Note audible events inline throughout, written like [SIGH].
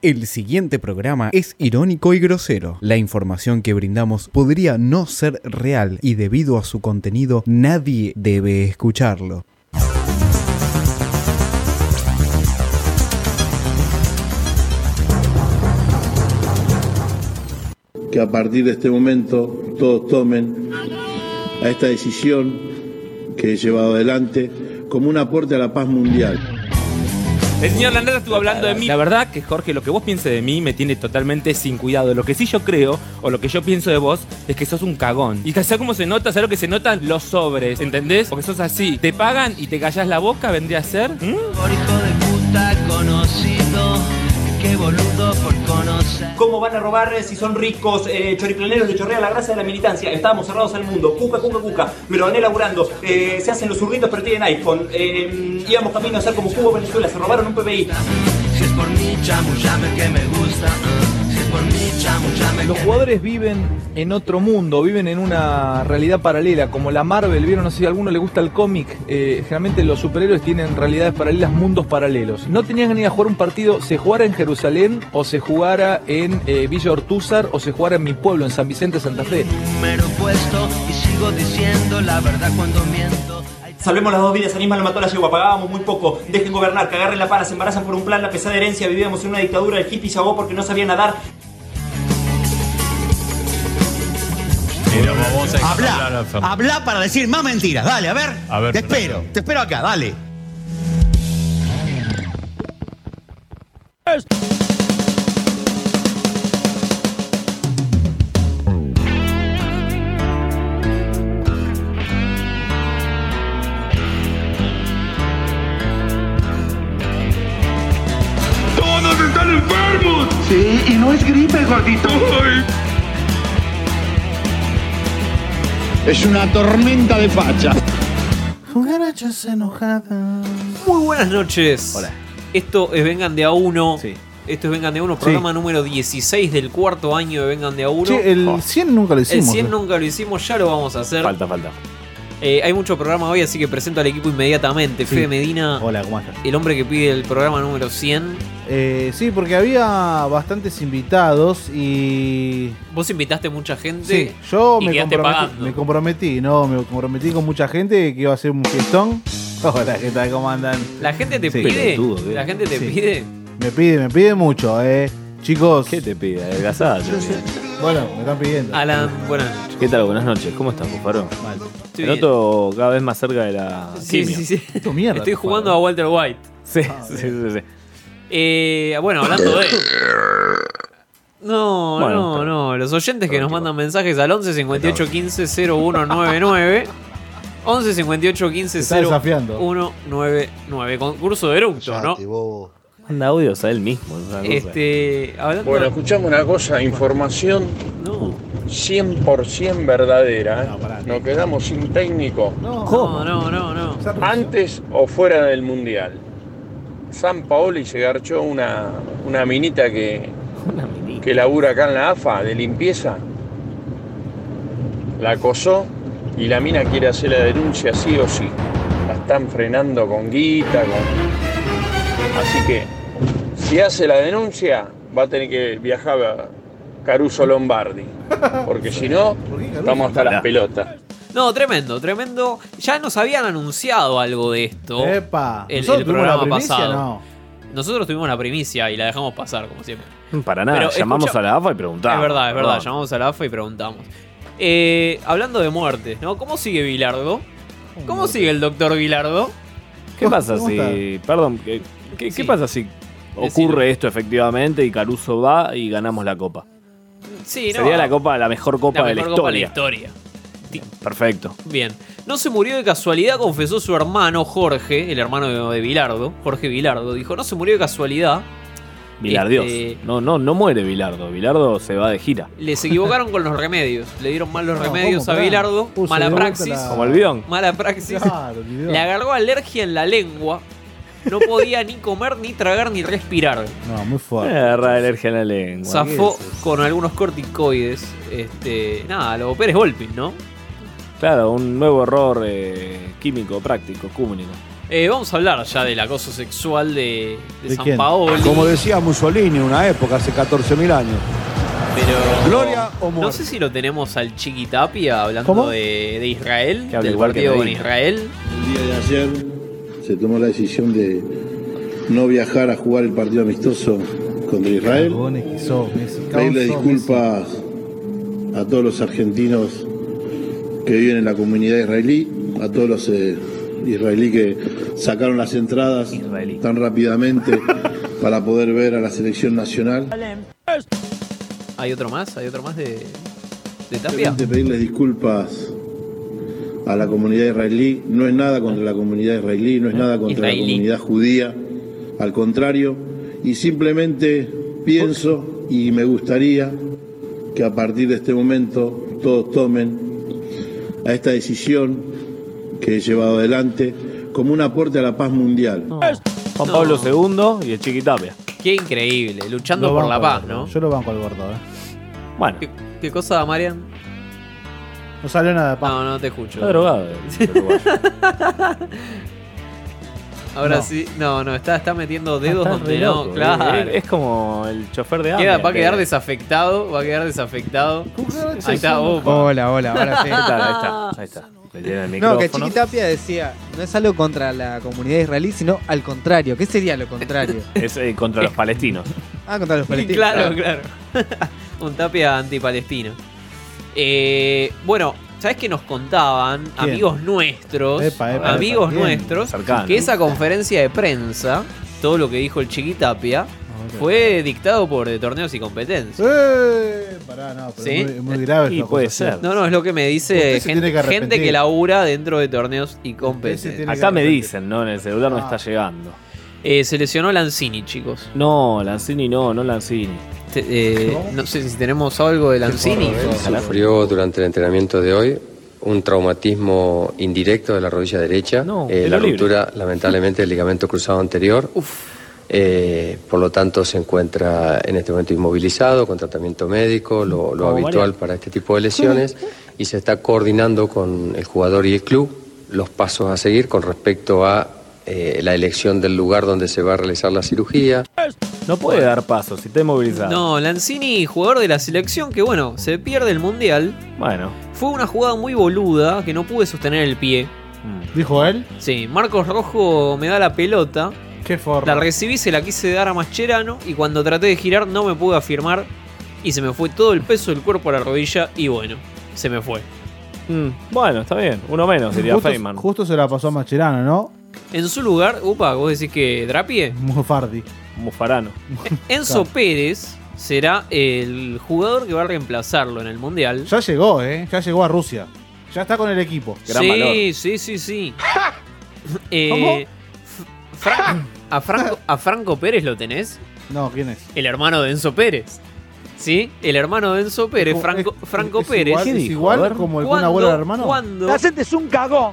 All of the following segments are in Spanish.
El siguiente programa es irónico y grosero. La información que brindamos podría no ser real y debido a su contenido nadie debe escucharlo. que a partir de este momento todos tomen a esta decisión que he llevado adelante como un aporte a la paz mundial. El señor Landata estuvo hablando de mí. La verdad que Jorge, lo que vos pienses de mí me tiene totalmente sin cuidado. Lo que sí yo creo, o lo que yo pienso de vos, es que sos un cagón. Y ¿sabes cómo se nota? ¿Sabes lo que se notan? Los sobres, ¿entendés? Porque sos así. Te pagan y te callás la boca, vendría a ser. ¿Mm? Por hijo de puta conocido, qué boludo por conocer. ¿Cómo van a robar eh, si son ricos, eh, choriplaneros de chorrea la grasa de la militancia? Estábamos cerrados al mundo, cuca, cuca, cuca, me lo gané laburando, eh, se hacen los zurditos pero tienen iPhone, eh, íbamos camino a ser como Cuba, Venezuela, se robaron un PBI. Si es por mí, chamullame que me gusta. ah. Si es por mí, chamullame Los que jugadores viven en otro mundo, viven en una realidad paralela, como la Marvel, vieron, no sé si a alguno le gusta el cómic, eh, generalmente los superhéroes tienen realidades paralelas, mundos paralelos. No tenías que ir a jugar un partido, se jugara en Jerusalén, o se jugara en eh, Villa Ortúzar, o se jugara en mi pueblo, en San Vicente, Santa Fe. me número puesto y sigo diciendo la verdad cuando miento. Ay, Salvemos las dos vidas, Aníbal lo mató a la yegua, pagábamos muy poco, dejen gobernar, que agarren la para, se embarazan por un plan, la pesada herencia, vivíamos en una dictadura, el hippie se ahogó porque no sabía nadar. Mira, vamos a instalar Habla, a Fer- habla para decir más mentiras. Dale, a ver. A ver, te Fernando. espero, te espero acá, dale. ¡Todos están enfermos! Sí, y no es gripe, gordito. Es una tormenta de facha. Muy buenas noches. Hola. Esto es Vengan de a uno. Sí. Esto es Vengan de a uno, programa número 16 del cuarto año de Vengan de a uno. Oh. ah. Che, el 100 nunca lo El hicimos. 100 nunca lo hicimos, ya lo vamos a hacer. Falta, falta. Eh, hay mucho programa hoy, así que presento al equipo inmediatamente. Sí. Fede Medina, Hola, ¿cómo estás? el hombre que pide el programa número 100. Eh, sí, porque había bastantes invitados y. Vos invitaste mucha gente. Sí, yo y me quedaste comprometí, pagando. me comprometí, no, me comprometí con mucha gente que iba a hacer un fiestón. [LAUGHS] Hola, ¿qué tal? ¿Cómo andan? La gente te Sí. pide. Pelotudo, ¿qué? la gente te Sí. pide. Me pide, me pide mucho, eh. Chicos, ¿Qué te pide? Adelgazada. te pide. bueno, me están pidiendo. Alan, buenas noches. ¿Qué tal? Buenas noches. ¿Cómo estás, Bufaro? Mal. Estoy Te bien. noto cada vez más cerca de la Sí, quimio. sí, sí. Tu mierda, Estoy tu jugando padre. a Walter White. Sí, [LAUGHS] sí, sí, sí. Eh, bueno, hablando [LAUGHS] de. No, Bueno, no, está no. Los oyentes que nos Tranquilo. mandan mensajes al 11 58 15 [LAUGHS] 0199. 11 58 15 Te está desafiando. 0199. Concurso de eructo, ¿no? Manda audios a él mismo. es una cosa. Este. Hablando. escuchame una cosa, información no, 100% verdadera. ¿eh? Nos quedamos sin técnico. No, no, no, no, no. antes o fuera del mundial. San Paoli se garchó una, una minita que, que labura acá en la AFA de limpieza. La acosó y la mina quiere hacer la denuncia sí o sí. La están frenando con guita. con- Así que si hace la denuncia va a tener que viajar a Caruso Lombardi. Porque si no, estamos hasta las pelotas. No, tremendo, tremendo. Ya nos habían anunciado algo de esto. Epa, El- nosotros el tuvimos la programa primicia, pasado. no. Nosotros tuvimos la primicia y la dejamos pasar, como siempre. Para nada, Pero llamamos escucha- a la AFA y preguntamos. Es verdad, es verdad. Perdón. Llamamos a la AFA y preguntamos. Eh, hablando de muertes, ¿no? ¿Cómo sigue Bilardo? ¿Cómo sigue el doctor Bilardo? ¿Qué pasa ¿Cómo si. Perdón, ¿qué, qué- qué Oh, Sí. pasa si Decilo. ocurre esto efectivamente y Caruso va y ganamos la copa? Sí, no. Sería la copa, la mejor copa, La de, la mejor copa de la historia. historia. Perfecto. Bien. No se murió de casualidad, confesó su hermano Jorge, el hermano de Bilardo. Jorge Bilardo dijo: No se murió de casualidad. Vilardios. Este- No, no, no muere Vilardo. Vilardo se va de gira. Les [LAUGHS] equivocaron con los remedios. Le dieron mal los No, remedios ¿cómo? a Pará. Bilardo. Puso Mala de vuelta praxis. la- Como el bidón. Mala praxis. Claro, olvidó. Le agarró alergia en la lengua. No podía ni comer, ni tragar, ni respirar. No, muy fuerte. Agarra Eh, alergia en la lengua. Zafó con algunos corticoides. Este, nada, lo Pérez Volpin, ¿no? Claro, un nuevo error eh, químico, práctico, cúmunico. Eh, vamos a hablar ya del acoso sexual de, de ¿De San quién? Paoli. Como decía Mussolini en una época, hace 14.000 años. Pero Gloria o muerte. No sé si lo tenemos al Chiqui Tapia hablando ¿Cómo? de, de Israel, habla del igual que partido con Medina. Israel. El día de ayer se tomó la decisión de no viajar a jugar el partido amistoso contra Israel. Pedirle disculpas a todos los argentinos que viven en la comunidad israelí, a todos los eh, israelí que sacaron las entradas tan rápidamente para poder ver a la selección nacional. ¿Hay otro más? ¿Hay otro más de, de Tapia? Simplemente pedirles disculpas a la comunidad israelí. No es nada contra la comunidad israelí, no es nada contra la Israelí. comunidad judía. Al contrario, y simplemente pienso y me gustaría que a partir de este momento todos tomen a esta decisión que he llevado adelante como un aporte a la paz mundial. Juan Pablo II y el Chiquitapia. Qué increíble, luchando Lo por banco la al paz, gordo, ¿no? Yo lo banco al gordo, eh. Bueno. ¿Qué, qué cosa, Marian? No salió nada, pa. No, no te escucho. Está [LAUGHS] drogado, eh, Ahora No. sí, no, no, está, está metiendo dedos Está donde re no, loco, eh. claro. Es como el chofer de Queda- Amia, va a quedar que- desafectado, va a quedar desafectado. Ahí está, oh, opa. Hola, hola, ahora sí. [LAUGHS] Ahí está, ahí está. Le tiene el No, que micrófono. Chiquitapia decía, no es algo contra la comunidad israelí, sino al contrario. ¿Qué sería lo [LAUGHS] contrario? Es eh, contra [LAUGHS] los palestinos. Ah, contra los palestinos. Claro, claro. [LAUGHS] Un tapia antipalestino. Eh, bueno, ¿sabes qué nos contaban ¿Quién? amigos nuestros? Epa, epa, amigos epa, bien. nuestros. Cercano. Que esa conferencia de prensa, todo lo que dijo el Chiquitapia, fue dictado por eh, torneos y competencias. Eh, pará, no, pero ¿Sí? es muy, es muy grave. Y esta puede acusación. No, no, es lo que me Usted se dice tiene gente que que, arrepentir. gente que labura dentro de torneos y tiene competencias. Ah. Acá me dicen, ¿no? En el celular no está llegando. Eh, se lesionó Lanzini, chicos. No, Lanzini no, no Lanzini. Te- eh, no sé si tenemos algo de Lanzini. Sufrió durante el entrenamiento de hoy un traumatismo indirecto de la rodilla derecha, eh, quedó la libre. ruptura lamentablemente del ligamento cruzado anterior. Eh, por lo tanto, se encuentra en este momento inmovilizado, con tratamiento médico, lo, lo Como habitual Mariano. para este tipo de lesiones, y se está coordinando con el jugador y el club los pasos a seguir con respecto a eh, la elección del lugar donde se va a realizar la cirugía. No puede dar pasos, si está eh? inmovilizado. No, Lanzini, jugador de la selección que, bueno, se pierde el mundial. Bueno. Fue una jugada muy boluda que no pude sostener el pie. Mm. ¿Dijo él? Sí, Marcos Rojo me da la pelota. Qué forma. La recibí, se la quise dar a Mascherano y cuando traté de girar no me pude afirmar y se me fue todo el peso del cuerpo a la rodilla y bueno, se me fue. Mm, bueno, está bien. Uno menos sería justo, Feynman. justo se la pasó a Macherano, ¿no? En su lugar, upa, vos decís que Drapie, Mufardi. Mufarano. Enzo Pérez será el jugador que va a reemplazarlo en el Mundial. Ya llegó, ¿eh? Ya llegó a Rusia. Ya está con el equipo. sí, sí, sí, sí. Eh, ¿Cómo? F- Fra- a, Franco, ¿A Franco Pérez lo tenés? No, ¿quién es? El hermano de Enzo Pérez. ¿Sí? El hermano de Enzo Pérez, Es como- Franco, es- Franco es Pérez. igual- ¿Qué es dijo? igual A ver. como el Kun Cuando- Agüero del hermano? Cuando, Ah, es un cagón.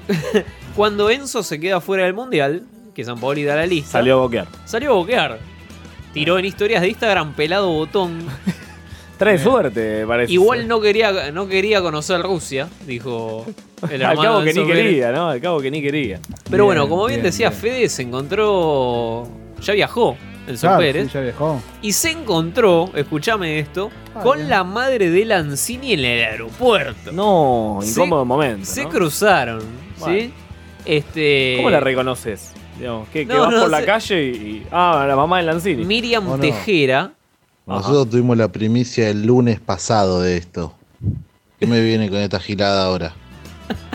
cuando Enzo se queda fuera del Mundial, que San Paoli da la lista. Salió a boquear. Salió a boquear. Tiró en historias de Instagram pelado botón. Trae suerte, parece. Eh, [LAUGHS] Igual no quería, no quería conocer Rusia, dijo el Al hermano cabo de que ni Enzo Pérez. quería, ¿no? Al cabo que ni quería. Pero bueno, como bien, decía Fede, se encontró. Ya viajó Enzo Claro, Pérez. sí, ya viajó. Y se encontró, escúchame esto, Ah, con la madre de Lanzini en el aeropuerto. No, Se- incómodo momento. Se ¿no? cruzaron, ¿sí? Bueno. Este. ¿Cómo la reconoces? Digamos, ¿qué, que No, vas no por la sé. calle y, y- Ah, la mamá de Lanzini. Miriam Tejera. Nosotros tuvimos la primicia el lunes pasado de esto. ¿Qué me viene con esta gilada ahora?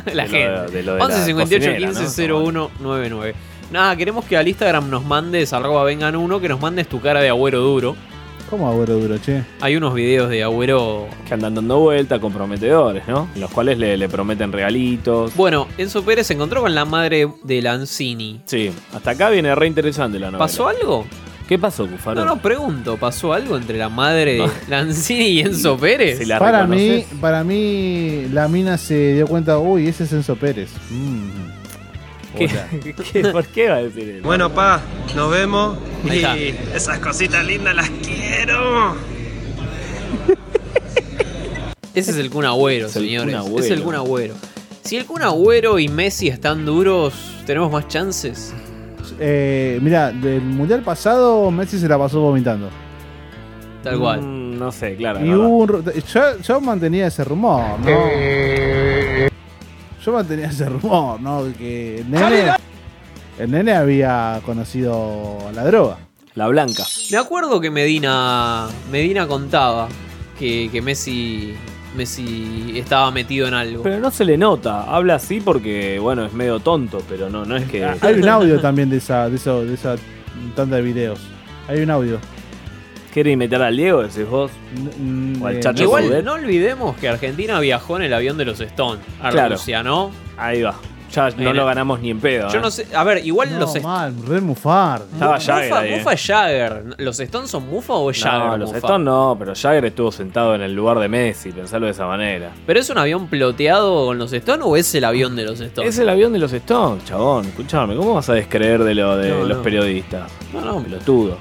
la De lo de- gente. de lo de la 11 58 cocinera, 15 0199. Nada, queremos que al Instagram nos mandes, arroba vengan uno, que nos mandes tu cara de agüero duro. ¿Cómo agüero duro, che? Hay unos videos de agüero. Que andan dando vuelta, comprometedores, ¿no? En los cuales le, le prometen regalitos. Bueno, Enzo Pérez se encontró con la madre de Lanzini. Sí, hasta acá viene re interesante la novela. ¿Pasó algo? ¿Qué pasó, Cufaro? No, no, pregunto, ¿pasó algo entre la madre de [LAUGHS] Lanzini y Enzo Pérez? Se la Para mí, para mí, la mina se dio cuenta, uy, ese es Enzo Pérez. Mm. [LAUGHS] Hola. ¿Qué- qué- ¿Por qué va a decir él? Bueno, pa, nos vemos. Ahí Y está. esas cositas lindas las quiero. Ese es el Kun Agüero, Es el señores. Kun Agüero. Es el Kun Agüero. Si el Kun Agüero y Messi están duros, ¿Tenemos más chances? Eh, mira, del mundial pasado Messi se la pasó vomitando. Tal cual. Mm, no sé, claro. Y hubo un ru- yo, yo mantenía ese rumor, ¿no? Yo mantenía ese rumor, ¿no? Que el nene, el nene había conocido la droga. La blanca. Me acuerdo que Medina Medina contaba que, que Messi Messi estaba metido en algo. Pero no se le nota. Habla así porque, bueno, es medio tonto, pero no, no es que. Eh, Hay un audio también de esa, de, eso, de esa tanda de videos. Hay un audio. ¿Quiere imitar al Diego, decís vos? O Eh, al Chacho Igual Coudet. no olvidemos que Argentina viajó en el avión de los Stones a Claro. Rusia, ¿no? Ahí va. Ya no Mira. lo ganamos ni en pedo. Yo ¿eh? no sé, a ver, igual No, los mal, re mufar. Estaba Jagger Mufa, ahí, eh. Mufa es Jagger. ¿Los Stones son Mufa o es Jagger? No, los Mufa? Stones no, pero Jagger estuvo sentado en el lugar de Messi, pensarlo de esa manera. ¿Pero es un avión ploteado con los Stones o es el avión de los Stones? Es el avión de los Stones, chabón. Escuchame, ¿cómo vas a descreer de lo de No, los no. periodistas? No, no. Pelotudo.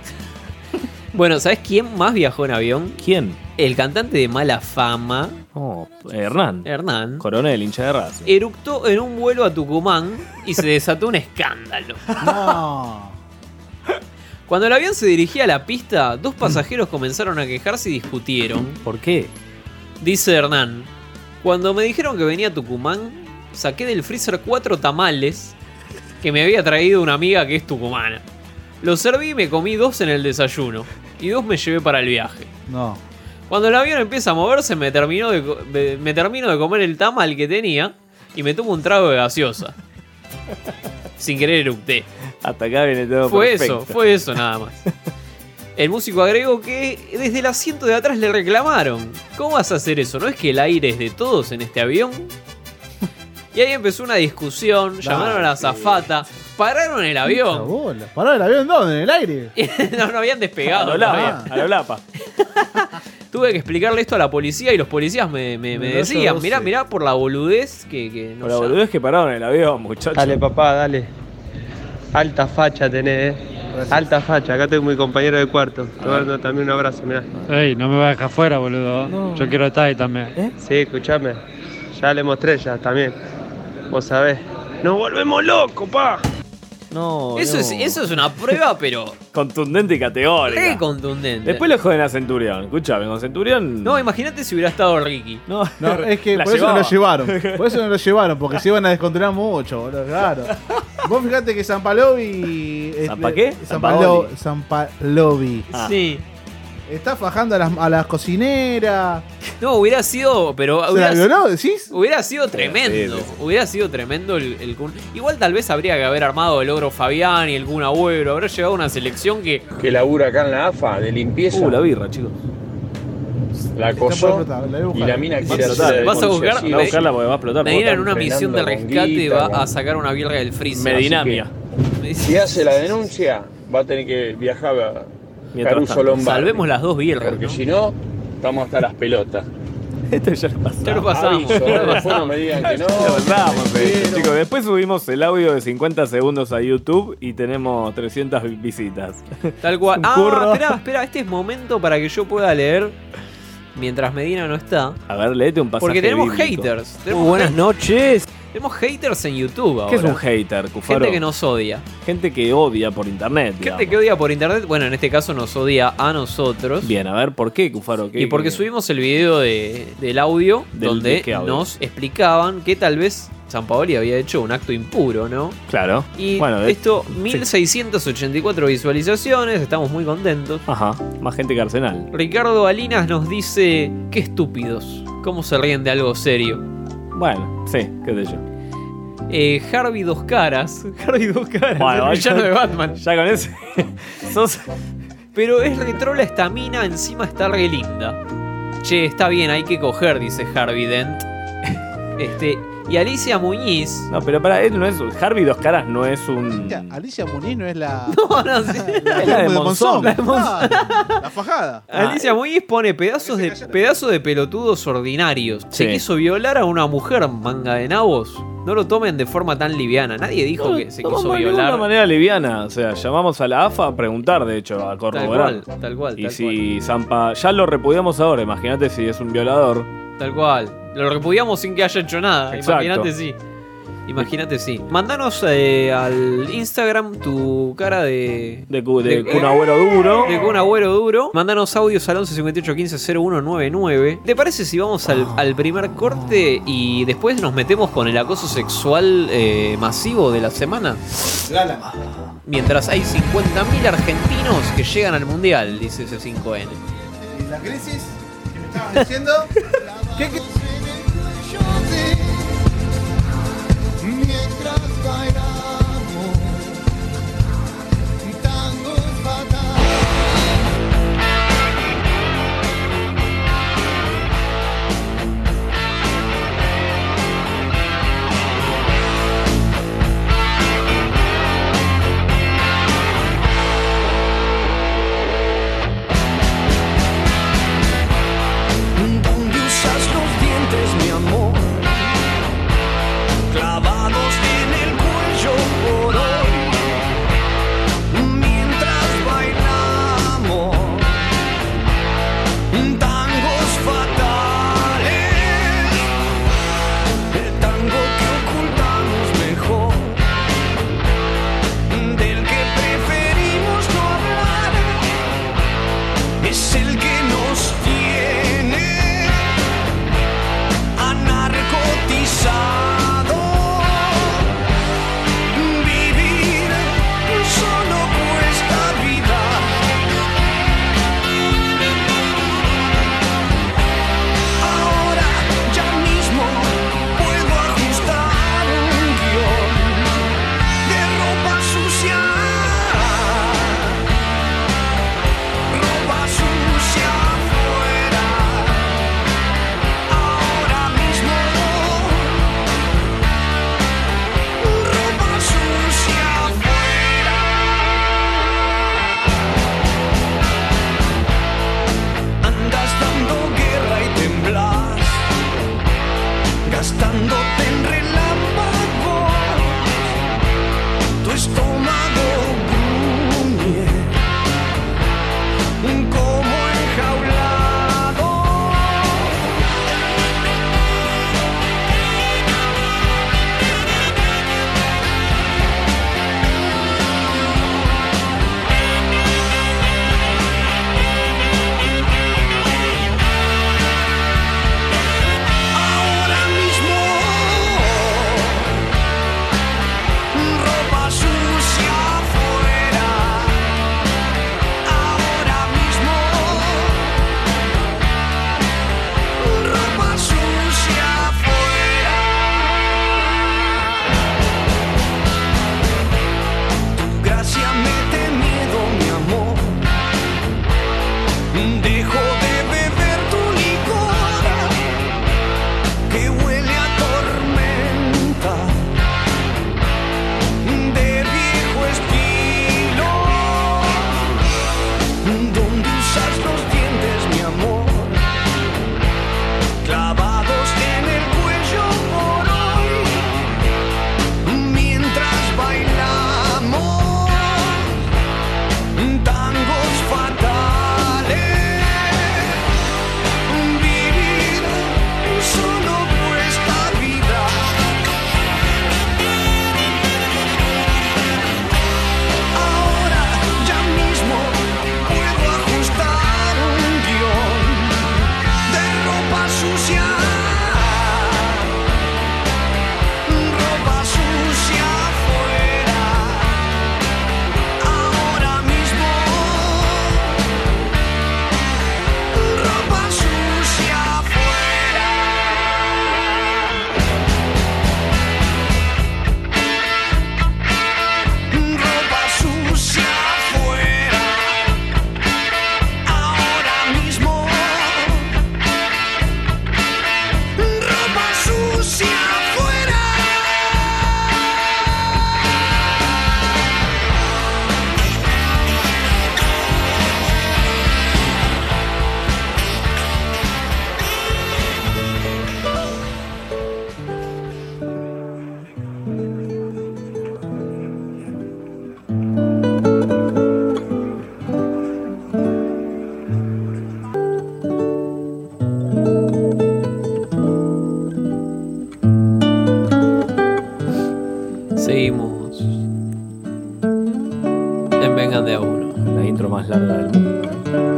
Bueno, ¿sabes quién más viajó en avión? ¿Quién? El cantante de mala fama. Oh, Hernán. Hernán. Coronel, hincha de Racing. Eructó en un vuelo a Tucumán y se desató un escándalo. Cuando el avión se dirigía a la pista, dos pasajeros comenzaron a quejarse y discutieron. ¿Por qué? Dice Hernán, cuando me dijeron que venía a Tucumán, saqué del freezer cuatro tamales que me había traído una amiga que es tucumana. Los serví y me comí dos en el desayuno y dos me llevé para el viaje. No. Cuando el avión empieza a moverse me terminó de, co- de- me termino de comer el tamal que tenía y me tomo un trago de [LAUGHS] gaseosa. Sin querer eructé. Hasta acá viene todo Fue perfecto. eso, fue eso nada más. El músico agregó que desde el asiento de atrás le reclamaron. ¿Cómo vas a hacer eso? ¿No es que el aire es de todos en este avión? Y ahí empezó una discusión, llamaron a la azafata, pararon el avión. ¿Paró el avión dónde? ¿En el aire? [LAUGHS] no, no habían despegado. A lo Lapa, todavía. a lo Lapa. [LAUGHS] Tuve que explicarle esto a la policía y los policías me, me- me Numeroso decían, 12. mirá, mirá por la boludez que, que no Por la sabe". boludez que pararon el avión, muchachos. Dale, papá, dale. Alta facha tenés, eh. Alta facha. Acá tengo mi compañero de cuarto. Te mando también un abrazo, mirá. Ey, no me vas a dejar fuera, boludo. Yo quiero estar ahí también. Sí, escuchame. Ya le mostré ya también. Vos sabés. eh. Nos volvemos locos, pa. No, Eso, no. es, eso es una prueba, [LAUGHS] pero Contundente y categórica. re contundente. Después lo joden a Centurión. Escuchame, con Centurión. No, imagínate si hubiera estado Ricky. No, [LAUGHS] No, es que La por eso no lo llevaba. llevaron. Por eso no [LAUGHS] lo llevaron, porque se iban a descontrolar mucho, boludo, claro. Vos fijate que Zampalovi. eh, ¿Zampa qué? Zampalo- Zampalovi. Ah. Sí. Está fajando a las, a las cocineras. No, hubiera sido, pero ¿Se hubiera, la violó, decís? hubiera sido tremendo. Hubiera sido tremendo el, el Kun. Igual tal vez habría que haber armado el ogro Fabián y el Kun Agüero. Habría llegado una selección que. Que labura acá en la AFA de limpieza. Uh, la birra, chicos. La por acosó explotar, y la mina Vas quiere a explotar, hacer vas a buscar- denuncia, sí, va a buscarla porque va a explotar. Medina en una misión de rescate va a sacar una birra del freezer. Medinamia. Si hace la denuncia, va a tener que viajar a Mientras Caruso tanto, Lombardi. salvemos las dos birras, Porque ¿no? si no, estamos hasta las pelotas. Esto ya lo pasamos. Ya lo pasamos, Aviso, ya lo después pasamos. no me [LAUGHS] digan que no. Ya pasamos, eh. Chicos, después subimos el audio de 50 segundos a YouTube y tenemos 300 vi- visitas. Tal cual. Un Ah, curro. espera, espera, este es momento para que yo pueda leer mientras Medina no está. A ver, léete un pasaje Porque tenemos bíblico. haters. Muy Tenemos buenas hate- noches. Tenemos haters en YouTube ahora. ¿Qué es un hater, Cufaro? Gente que nos odia. Gente que odia por internet, Gente que odia por internet, bueno, en este caso nos odia a nosotros. Bien, a ver, ¿por qué, Cufaro? ¿Qué- Y porque qué? subimos el video de- del audio Del- donde ¿de qué audio? nos explicaban que tal vez San Paoli había hecho un acto impuro, ¿no? Claro. Y Bueno, de- esto, sí. 1684 visualizaciones, estamos muy contentos. Ajá, más gente que Arsenal. Ricardo Alinas nos dice, qué estúpidos, cómo se ríen de algo serio. Bueno, sí, qué sé yo. Eh, Harvey Dos Caras, [LAUGHS] Harvey Dos Caras, Bueno, el villano ya- de Batman. Ya [LAUGHS] con ese... sos- Pero es retro la estamina, encima está re linda. Che, está bien, hay que coger, dice Harvey Dent. [LAUGHS] Este, y Alicia Muñiz. No, pero para él no es... Harvey Dos Caras no es un... [LAUGHS] Mira, Alicia Muñiz no es la. [LAUGHS] Ah, No, no, sí. la, la de de Monzón. Monzón. La de Claro, la fajada. Alicia Muñiz pone pedazos de, pedazos de pelotudos ordinarios. Se Sí. quiso violar a una mujer, manga de nabos. No lo tomen de forma tan liviana. Nadie dijo que se quiso Tomamos De violar. una manera liviana. O sea, llamamos a la AFA a preguntar, de hecho, a Tal corroborar. cual, tal cual, Y tal, si Zampa... Ya lo repudiamos ahora, imagínate si es un violador. cual. Tal cual. Lo repudiamos sin que haya hecho nada. Exacto. Imagínate, sí. Imagínate, sí. Mandanos eh, al Instagram tu cara de. De, un abuelo duro. De un abuelo duro. Mandanos audios al 11 58 15 0199. ¿Te parece si vamos al, al primer corte y después nos metemos con el acoso sexual eh, masivo de la semana? Mientras hay 50.000 argentinos que llegan al mundial, dice ese 5N. La crisis que me estabas diciendo. [LAUGHS] ¿Qué, qué? ¿Dónde usas los dientes, mi amor? Clavados en el cuello por hoy. Mientras bailamos tangos fatales. El tango que ocultamos mejor. Del que preferimos no hablar es el que nos tiene anarcotizado. Vivir solo cuesta vida. Ahora ya mismo puedo ajustar un guión de ropa sucia. Ropa sucia.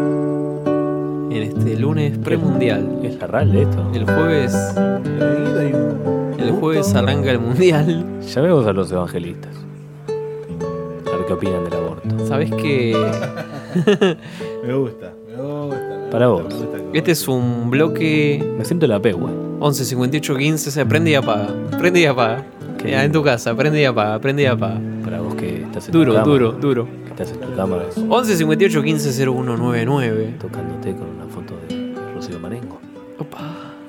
en este lunes premundial. Es la RAL de esto. El jueves. El jueves arranca el mundial. Llamemos a los evangelistas. A ver qué opinan del aborto. Sabes [LAUGHS] que. Me gusta, me gusta. Para vos. Este es un bloque. Me siento la pegua. 11 58 15 se prende y apaga. Prende y apaga. Ya, en tu casa, prende y apaga, prende y apaga. Para vos que estás en Duro, tu cama. duro, duro. Que estás en tu cama 11 58 15 0199. tocándote con una foto de Rocío Marengo.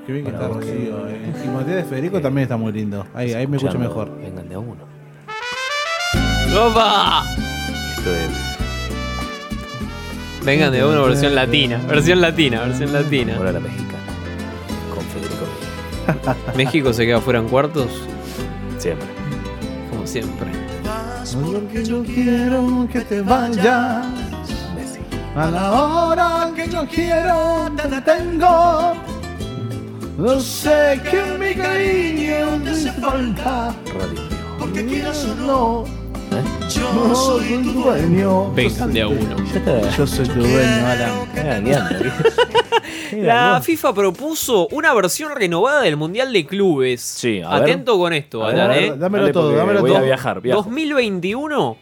Qué bien que está Rocío. eh. El Timoteo de Federico también está muy lindo. Ahí, ahí me escucho Escuchando, mejor. Vengan de a uno. ¡Opa! Esto es. Vengan de uno, versión latina. Versión latina, versión latina. Ahora la mexicana. Con [LAUGHS] Federico. México se queda fuera en cuartos, Siempre. como siempre. Porque yo quiero que te vayas. A la hora que yo quiero te detengo. No sé que mi cariño te hace falta. Radio. Porque quieras o no. ¿eh? Yo soy tu dueño. Vengan de a uno. Yo soy tu dueño, Alan. La FIFA propuso una versión renovada del Mundial de Clubes. Sí, a ver. Atento con esto, A ver, Alan, a ver, ¿eh? dámelo Dale, todo, porque dámelo voy a todo. viajar, viajo. 2021,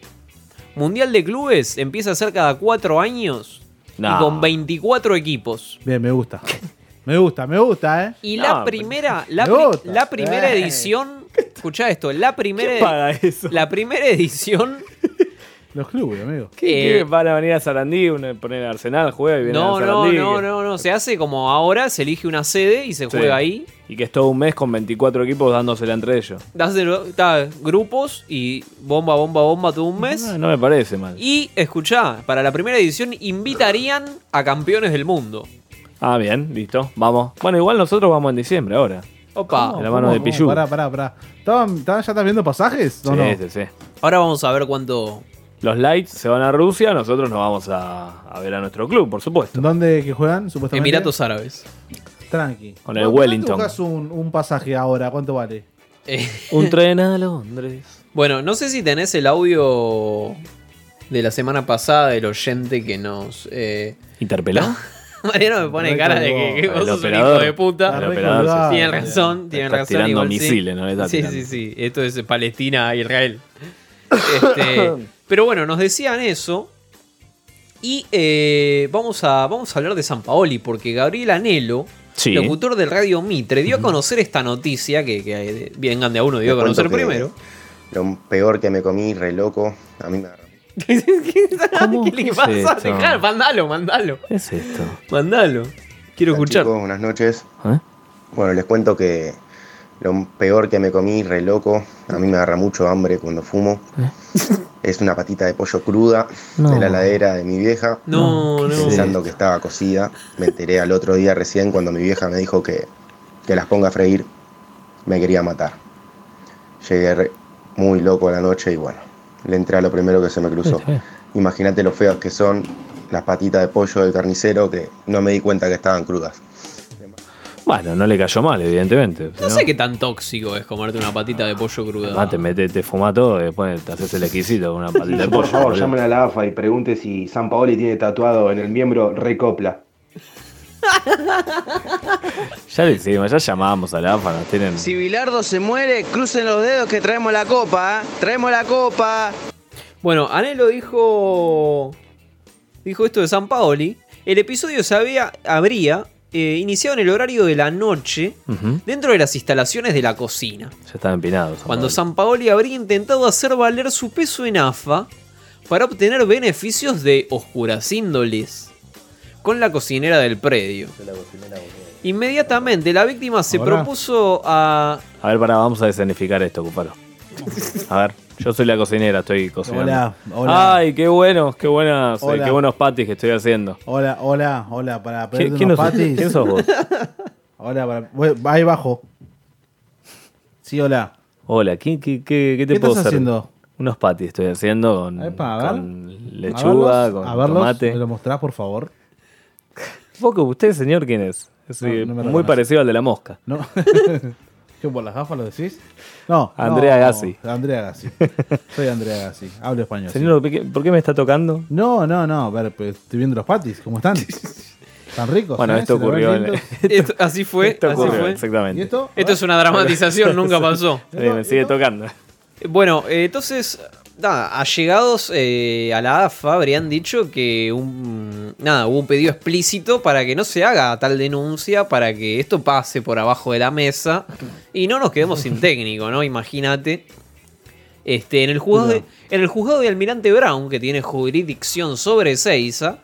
Mundial de Clubes empieza a ser cada cuatro años Nah. y con 24 equipos. Bien, me gusta. Me gusta, me gusta, eh. Y la [LAUGHS] primera, la, Me pri- gusta. la primera Eh. edición, escuchá esto, la primera, ¿Quién paga eso? la primera edición Los clubes, amigo. Eh, ¿Qué, qué? van a venir a Sarandí, una- poner Arsenal, juega y [LAUGHS] viene No, a no, Sarandí? no, no, no. Se hace como ahora, se elige una sede y se Sí. juega ahí. Y que es todo un mes con 24 equipos dándosela entre ellos. Das de lo- ta, grupos y bomba, bomba, bomba todo un mes. No, no me parece mal. Y escuchá, para la primera edición invitarían a campeones del mundo. Ah, bien, listo, vamos. Bueno, igual nosotros vamos en diciembre ahora. Opa. De la mano de Pichu. Pará, pará, pará. ¿Estaban, estaban- ¿Ya estás viendo pasajes? Sí, ¿O no? sí, sí. Ahora vamos a ver cuánto. Los Lights se van a Rusia, nosotros nos vamos a, a ver a nuestro club, por supuesto. ¿Dónde que juegan? Supuestamente. Emiratos Árabes. Tranqui. Con el ¿Cuánto Wellington. buscas un, un pasaje ahora? ¿Cuánto vale? Eh, Un tren a Londres. Bueno, no sé si tenés el audio de la semana pasada del oyente que nos. Eh... ¿Interpeló? [LAUGHS] Mariano me pone cara de que, que El vos sos un operador. hijo de puta. El operador, sí, sí. Tienen razón, Le tienen está razón. tirando igual misiles, sí. ¿no? Le está sí, tirando. sí, sí. Esto es Palestina e Israel. [COUGHS] Este, pero bueno, nos decían eso. Y eh, vamos, a, vamos a hablar de San Paoli, porque Gabriel Anelo, Sí. locutor de Radio Mitre, dio a conocer esta noticia que, que eh, vengan de a uno, dio a Les cuento conocer que [LAUGHS] primero. Lo peor que me comí, re loco. A mí me agarró. ¿Qué le pasa? es esto? Dejá, mandalo, mandalo. ¿Qué es esto? Mandalo. Quiero escuchar. buenas noches. Bueno, les cuento que lo peor que me comí, re loco. A mí me agarra mucho hambre cuando fumo. ¿Eh? Es una patita de pollo cruda No. de la heladera de mi vieja. No, no. Pensando que estaba cocida. Me enteré al otro día recién cuando mi vieja me dijo que, que las ponga a freír. Me quería matar. Llegué re- muy loco a la noche y bueno, le entré a lo primero que se me cruzó. Imagínate lo feas que son las patitas de pollo del carnicero que no me di cuenta que estaban crudas. Bueno, no le cayó mal, evidentemente. No sé qué tan tóxico es comerte una patita de pollo cruda. Ah, te, metes, te fuma todo y después te haces el exquisito con una patita de pollo. Por favor, boludo. llamen a la AFA y pregunte si San Paoli tiene tatuado en el miembro Recopla. [LAUGHS] Ya le decimos, ya llamábamos a la AFA, nos tienen. Si Bilardo se muere, crucen los dedos que traemos la copa, ¿eh? traemos la copa. Bueno, Anelo dijo. Dijo esto de San Paoli. El episodio se había, habría eh, iniciado en el horario de la noche Ujú. dentro de las instalaciones de la cocina. Ya están empinados. Cuando San Paoli habría intentado hacer valer su peso en AFA para obtener beneficios de oscuras índoles con la cocinera del predio. Inmediatamente la víctima se Ahora. propuso a A ver, pará, vamos a escenificar esto, Cuparo. A ver, yo soy la cocinera, estoy cocinando. Hola, hola. Ay, qué buenos, qué buenas, eh, Hola. qué buenos patis que estoy haciendo. Hola, hola, hola, para ¿Qui- pedirte quién unos sos- patis. quién sos vos? [LAUGHS] Hola, para. bueno, Ahí bajo. Sí, hola. Hola, ¿qué, qué, qué, qué te ¿Qué puedo estás hacer? haciendo? Unos patis estoy haciendo con, Epa, a ver. con lechuga, a verlos, con a verlos, tomate. ¿Me lo mostrás, por favor? Foco, ¿usted, señor, quién es? Es No, eh, no me muy reconoce. parecido al de la mosca. No. [LAUGHS] ¿Qué por las gafas lo decís? No. [LAUGHS] Andrea no, Gassi. Andrea [LAUGHS] Gassi. Soy Andrea Gassi. Hablo español. Señor, ¿por qué- ¿por qué me está tocando? [LAUGHS] No, no, no. A ver, pues, estoy viendo los patis. ¿Cómo están? Tan ricos. Bueno, ¿eh? esto Se lo ven ocurrió en- lindos. Esto- así fue. Esto así ocurrió, fue. exactamente. ¿Y esto? Esto es una [LAUGHS] dramatización, nunca pasó. Sí, me sigue tocando. Bueno, eh, entonces, nada, allegados eh, a la AFA habrían dicho que un, nada, hubo un pedido explícito para que no se haga tal denuncia, para que esto pase por abajo de la mesa y no nos quedemos [LAUGHS] sin técnico, ¿no? Imagínate. Este, en, el juzgado de, en el juzgado de Almirante Brown, que tiene jurisdicción sobre Ezeiza,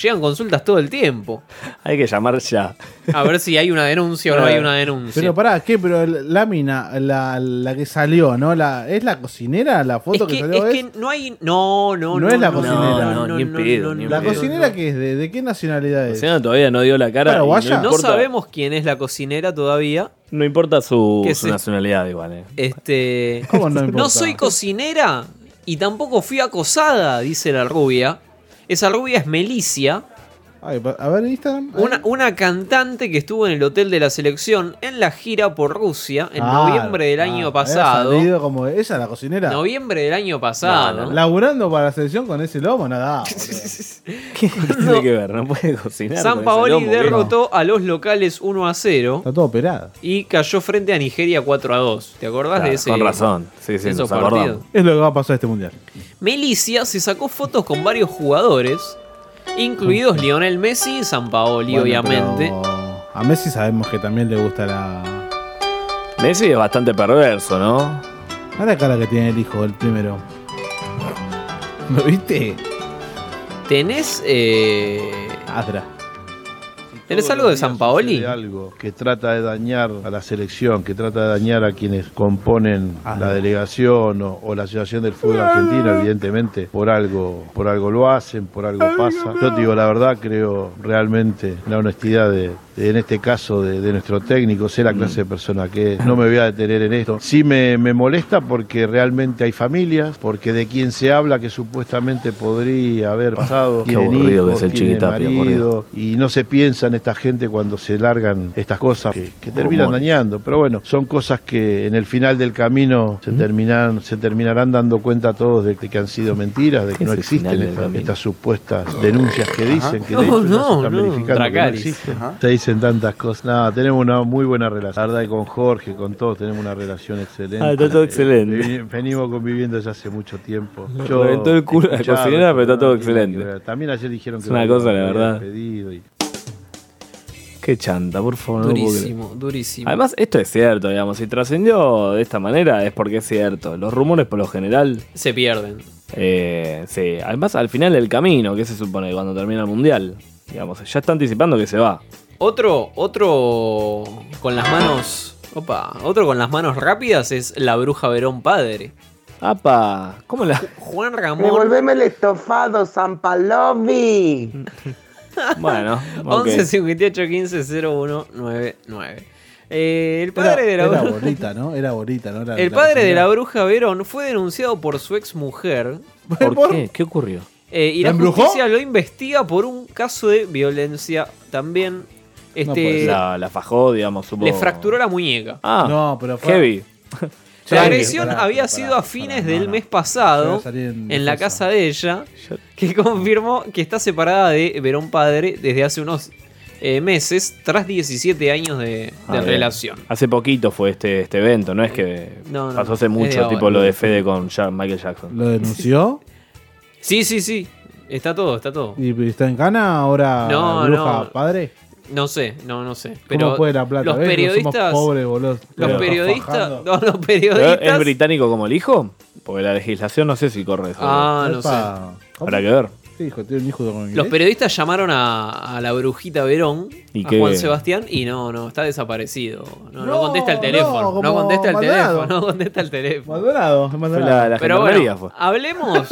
llegan consultas todo el tiempo. Hay que llamar ya. A ver si hay una denuncia o no hay una denuncia. Pero pará, ¿qué? Pero el- la mina, la, la que salió, ¿no? La, ¿Es la cocinera la foto que, que- salió? es que no hay. No, no, No es la cocinera. No, no, ni en pedo, ni en ¿La pedo. cocinera qué es? ¿De, de qué nacionalidad O es? sea, todavía no dio la cara. y Paraguaya. no, No importa, sabemos quién es la cocinera todavía. no importa su, Que su se- nacionalidad, igual. eh. Este. ¿Cómo [LAUGHS] no importa? soy cocinera y tampoco fui acosada, dice la rubia. Esa rubia es Melicia, Ay, pa- a ver, Instagram. una, una cantante que estuvo en el hotel de la selección en la gira por Rusia en Claro, noviembre del claro, año Ah, había pasado. salido como, esa es la cocinera. Noviembre del año pasado. Laburando para la selección con ese lomo, [LAUGHS] nada. Tiene que ver, no puede cocinar. San Paoli derrotó a los locales 1 a 0 Está todo operado. y cayó frente a Nigeria 4 a 2. ¿Te acordás Claro, de ese? con razón. Sí, sí, de esos nos acordamos. partidos? Es lo que va a pasar este mundial. Melicia se sacó fotos con varios jugadores, incluidos Lionel Messi y Sampaoli, Bueno, obviamente. A Messi sabemos que también le gusta la. Messi es bastante perverso, ¿no? Mirá la cara que tiene el hijo, el primero. ¿Lo viste? ¿Tenés. Eh... Astra. ¿Tenés algo de Sampaoli? algo que trata de dañar a la selección, que trata de dañar a quienes componen la delegación o, o la asociación del fútbol argentino, evidentemente, por algo, por algo lo hacen, por algo pasa. Yo te digo la verdad, creo realmente la honestidad de, de- en este caso de, de nuestro técnico, sé la clase de persona que es. No me voy a detener en esto. Sí me, me molesta porque realmente hay familias, porque de quien se habla que supuestamente podría haber pasado. Qué tienen aburrido que hijos, es el tienen Chiquitapia, por marido, Dios. y no se piensa en esta gente cuando se largan estas cosas que, que terminan Rumores. dañando. Pero bueno, son cosas que en el final del camino se terminan, se terminarán dando cuenta todos de que, que han sido mentiras, de que no existen esta- estas supuestas denuncias que dicen, que de No, hecho ya se no, están no. verificando que no Dracarys. existen. Ajá. Se dicen tantas cosas. Nada, tenemos una muy buena relación. La verdad que con Jorge, con todos, tenemos una relación excelente. Ah, está todo Eh, excelente. vivi- Venimos conviviendo desde hace mucho tiempo. Me reventó el culo a la escuchaba, cocinera, pero está todo no tiene que excelente. ver. También ayer dijeron que Es una había cosa, la verdad. pedido y- Qué chanta, por favor. no lo puedo creer. Durísimo, durísimo. Además, esto es cierto, digamos. Si trascendió de esta manera es porque es cierto. Los rumores, por lo general, se pierden. eh, sí. Además, al final del camino, que se supone cuando termina el mundial, digamos, ya está anticipando que se va. Otro, otro con las manos. Opa, otro con las manos rápidas es la bruja Verón padre. ¡Apa! ¿Cómo la.? Juan Ramón. Devolveme el estofado, San Palomi. [LAUGHS] Bueno, ok. 11 58 15 01 99. Eh, el Era, padre de la era bruja- bonita, ¿no? Era bonita, ¿no? Era El la padre de cocinera. la bruja Verón fue denunciado por su ex mujer. Eh, ¿Por Eh, qué? ¿Qué ocurrió? y ¿La la embrujó? justicia lo investiga por un caso de violencia también. Este, la, la fajó, digamos, supo. le fracturó la muñeca. Ah, No, pero fue- Heavy. La Tranqui. agresión había sido a fines del mes pasado Yo voy a salir en, en la casa de ella, que confirmó que está separada de Verón Padre desde hace unos eh, meses, tras 17 años de, de Ah, bien. relación. Hace poquito fue este, este evento, no es que No, no, pasó es de hace mucho, ahora. tipo lo de Fede con Ja- Michael Jackson. ¿Lo denunció? Sí, sí, sí. Está todo, está todo. ¿Y está en cana ahora? No, bruja, no. padre. No sé, no, no sé. ¿Cómo Pero puede la plata? Los ¿Ves? No somos periodistas. pobres, boludo. Los Pero- periodistas. Fajando. [LAUGHS] No, los ¿Es periodistas. británico como el hijo? Porque la legislación no sé si corre eso. Ah, no Epa. Habrá que ver. Sí, hijo, tiene un hijo con inglés. Los periodistas llamaron a, a la brujita Verón, ¿Y a qué? Juan Sebastián, y no, no, está desaparecido. No, no No, contesta el no, teléfono. No, como contesta el Maldonado. teléfono. No contesta el teléfono. Maldonado, es Maldonado. Pero bueno, hablemos,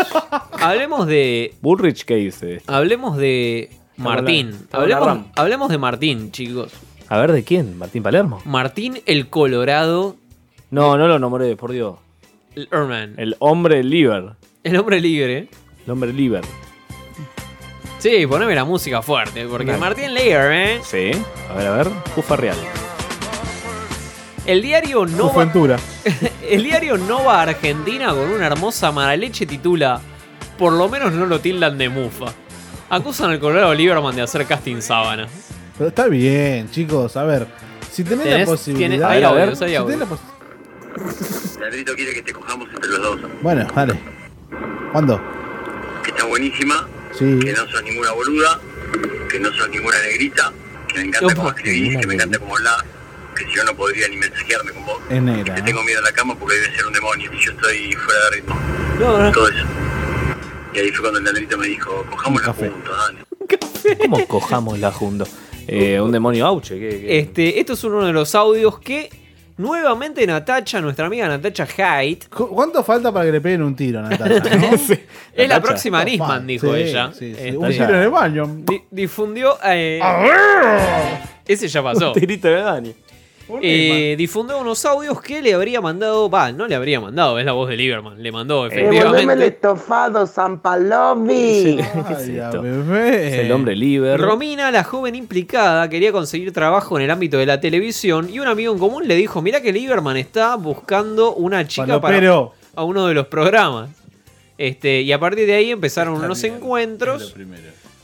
hablemos de, Bullrich, ¿qué dice? hablemos de Martín. Estamos en la Hablemos, RAM. hablemos de Martín, chicos. [LAUGHS] A ver, ¿de quién? ¿Martín Palermo? Martín el Colorado No, no lo nombré, por Dios. Erman, El hombre liber. el hombre libre. El hombre liber. Sí, poneme la música fuerte, porque Dale. Martín Leer, ¿eh? Sí. A ver, a ver. Jufa Real. El diario Su Nova, Juventura. el diario Nova Argentina con una hermosa maraleche titula Por lo menos no lo tildan de mufa. Acusan al Colorado Lieberman de hacer casting sábana. Pero está bien, chicos. A ver, si tenés, la Tenés- posibilidad. tiene- hay a ver, audios, hay si audios. tenés la pos- Ladrito quiere que te cojamos entre los dos. bueno, dale. ¿Cuándo? Que está buenísima, Sí. que no sos ninguna boluda, que no sos ninguna negrita, que me encanta cómo escribís, que me encanta cómo hablás, que si yo no podría ni mensajearme con vos. Es negra. Que tengo miedo en la cama porque debe ser un demonio y yo estoy fuera de ritmo. Todo eso. Y ahí fue cuando el ladrito me dijo, cojamos la juntos, dale. ¿Cómo cojamos la junto? Eh, un demonio auche. ¿qué, qué? Este, esto es uno de los audios que nuevamente Natacha, nuestra amiga Natacha Haidt, ¿Cu- ¿Cuánto falta para que le peguen un tiro, Natalia? [LAUGHS] es la Natacha. próxima Sí, Nisman, dijo sí, ella. sí, sí. Este, Un tiro en el baño. di- difundió. eh, ese ya pasó. Un tirito de daño. Eh, difundió unos audios que le habría mandado. Va, no le habría mandado, es la voz de Lieberman. Le Eh, mandó, Devolveme el efectivamente. estofado, Zampalovi. Es el hombre liber. Ah, Romina, la joven implicada, quería conseguir trabajo en el ámbito de la televisión y un amigo en común le dijo, mirá que Lieberman está buscando una chica Falopero. para a uno de los programas. Este, y a partir de ahí empezaron unos encuentros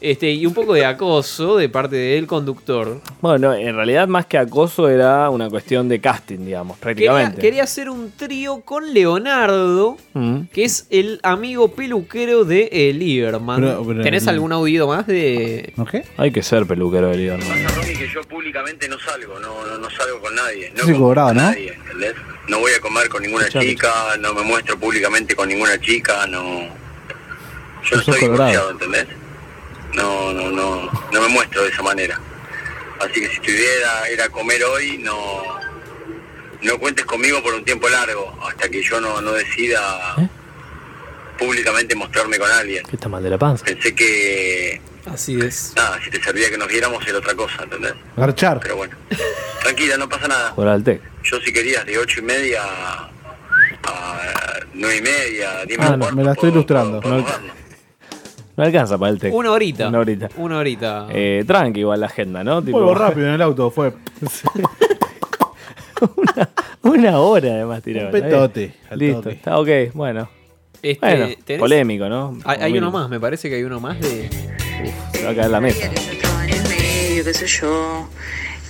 este, y un poco de acoso de parte del conductor. Bueno, en realidad más que acoso era una cuestión de casting, digamos, Quería, prácticamente. quería hacer un trío con Leonardo, Mm. que es el amigo peluquero de eh, Lieberman. Pero- pero- ¿Tenés algún audido más de...? Hay que ser peluquero de líder. Romy, que yo públicamente no salgo, no, no, no salgo con nadie. No, Sí, con cobrado, ¿no? nadie, ¿entendés? No voy a comer con ninguna Escuchame. chica, no me muestro públicamente con ninguna chica, no. Yo Vos no sos estoy colorado. divorciado, ¿entendés? No, no, no, no me muestro de esa manera. Así que si tu idea era, era comer hoy, no, no cuentes conmigo por un tiempo largo, hasta que yo no, no decida ¿Eh? públicamente mostrarme con alguien. Que está mal de la panza. Pensé que Así es. Nada, si te servía que nos viéramos era otra cosa, ¿entendés? Garchar. Pero bueno, tranquila, no pasa nada. Jugar al tec. Yo si querías de ocho y media a nueve y media, dime Ah, no, me la estoy ilustrando. No alcanza para el tec. Una horita. Una horita. Una horita. Eh, tranqui igual la agenda, ¿no? Tipo, Fuego [LAUGHS] rápido en el auto, fue. Una hora además tiraba. Un petote, al Listo, toque. está ok, bueno. Este, bueno, ¿tenés? polémico, ¿no? Hay, hay uno Humilde. más, me parece que hay uno más de... Se va a caer la mesa. medio, qué sé yo,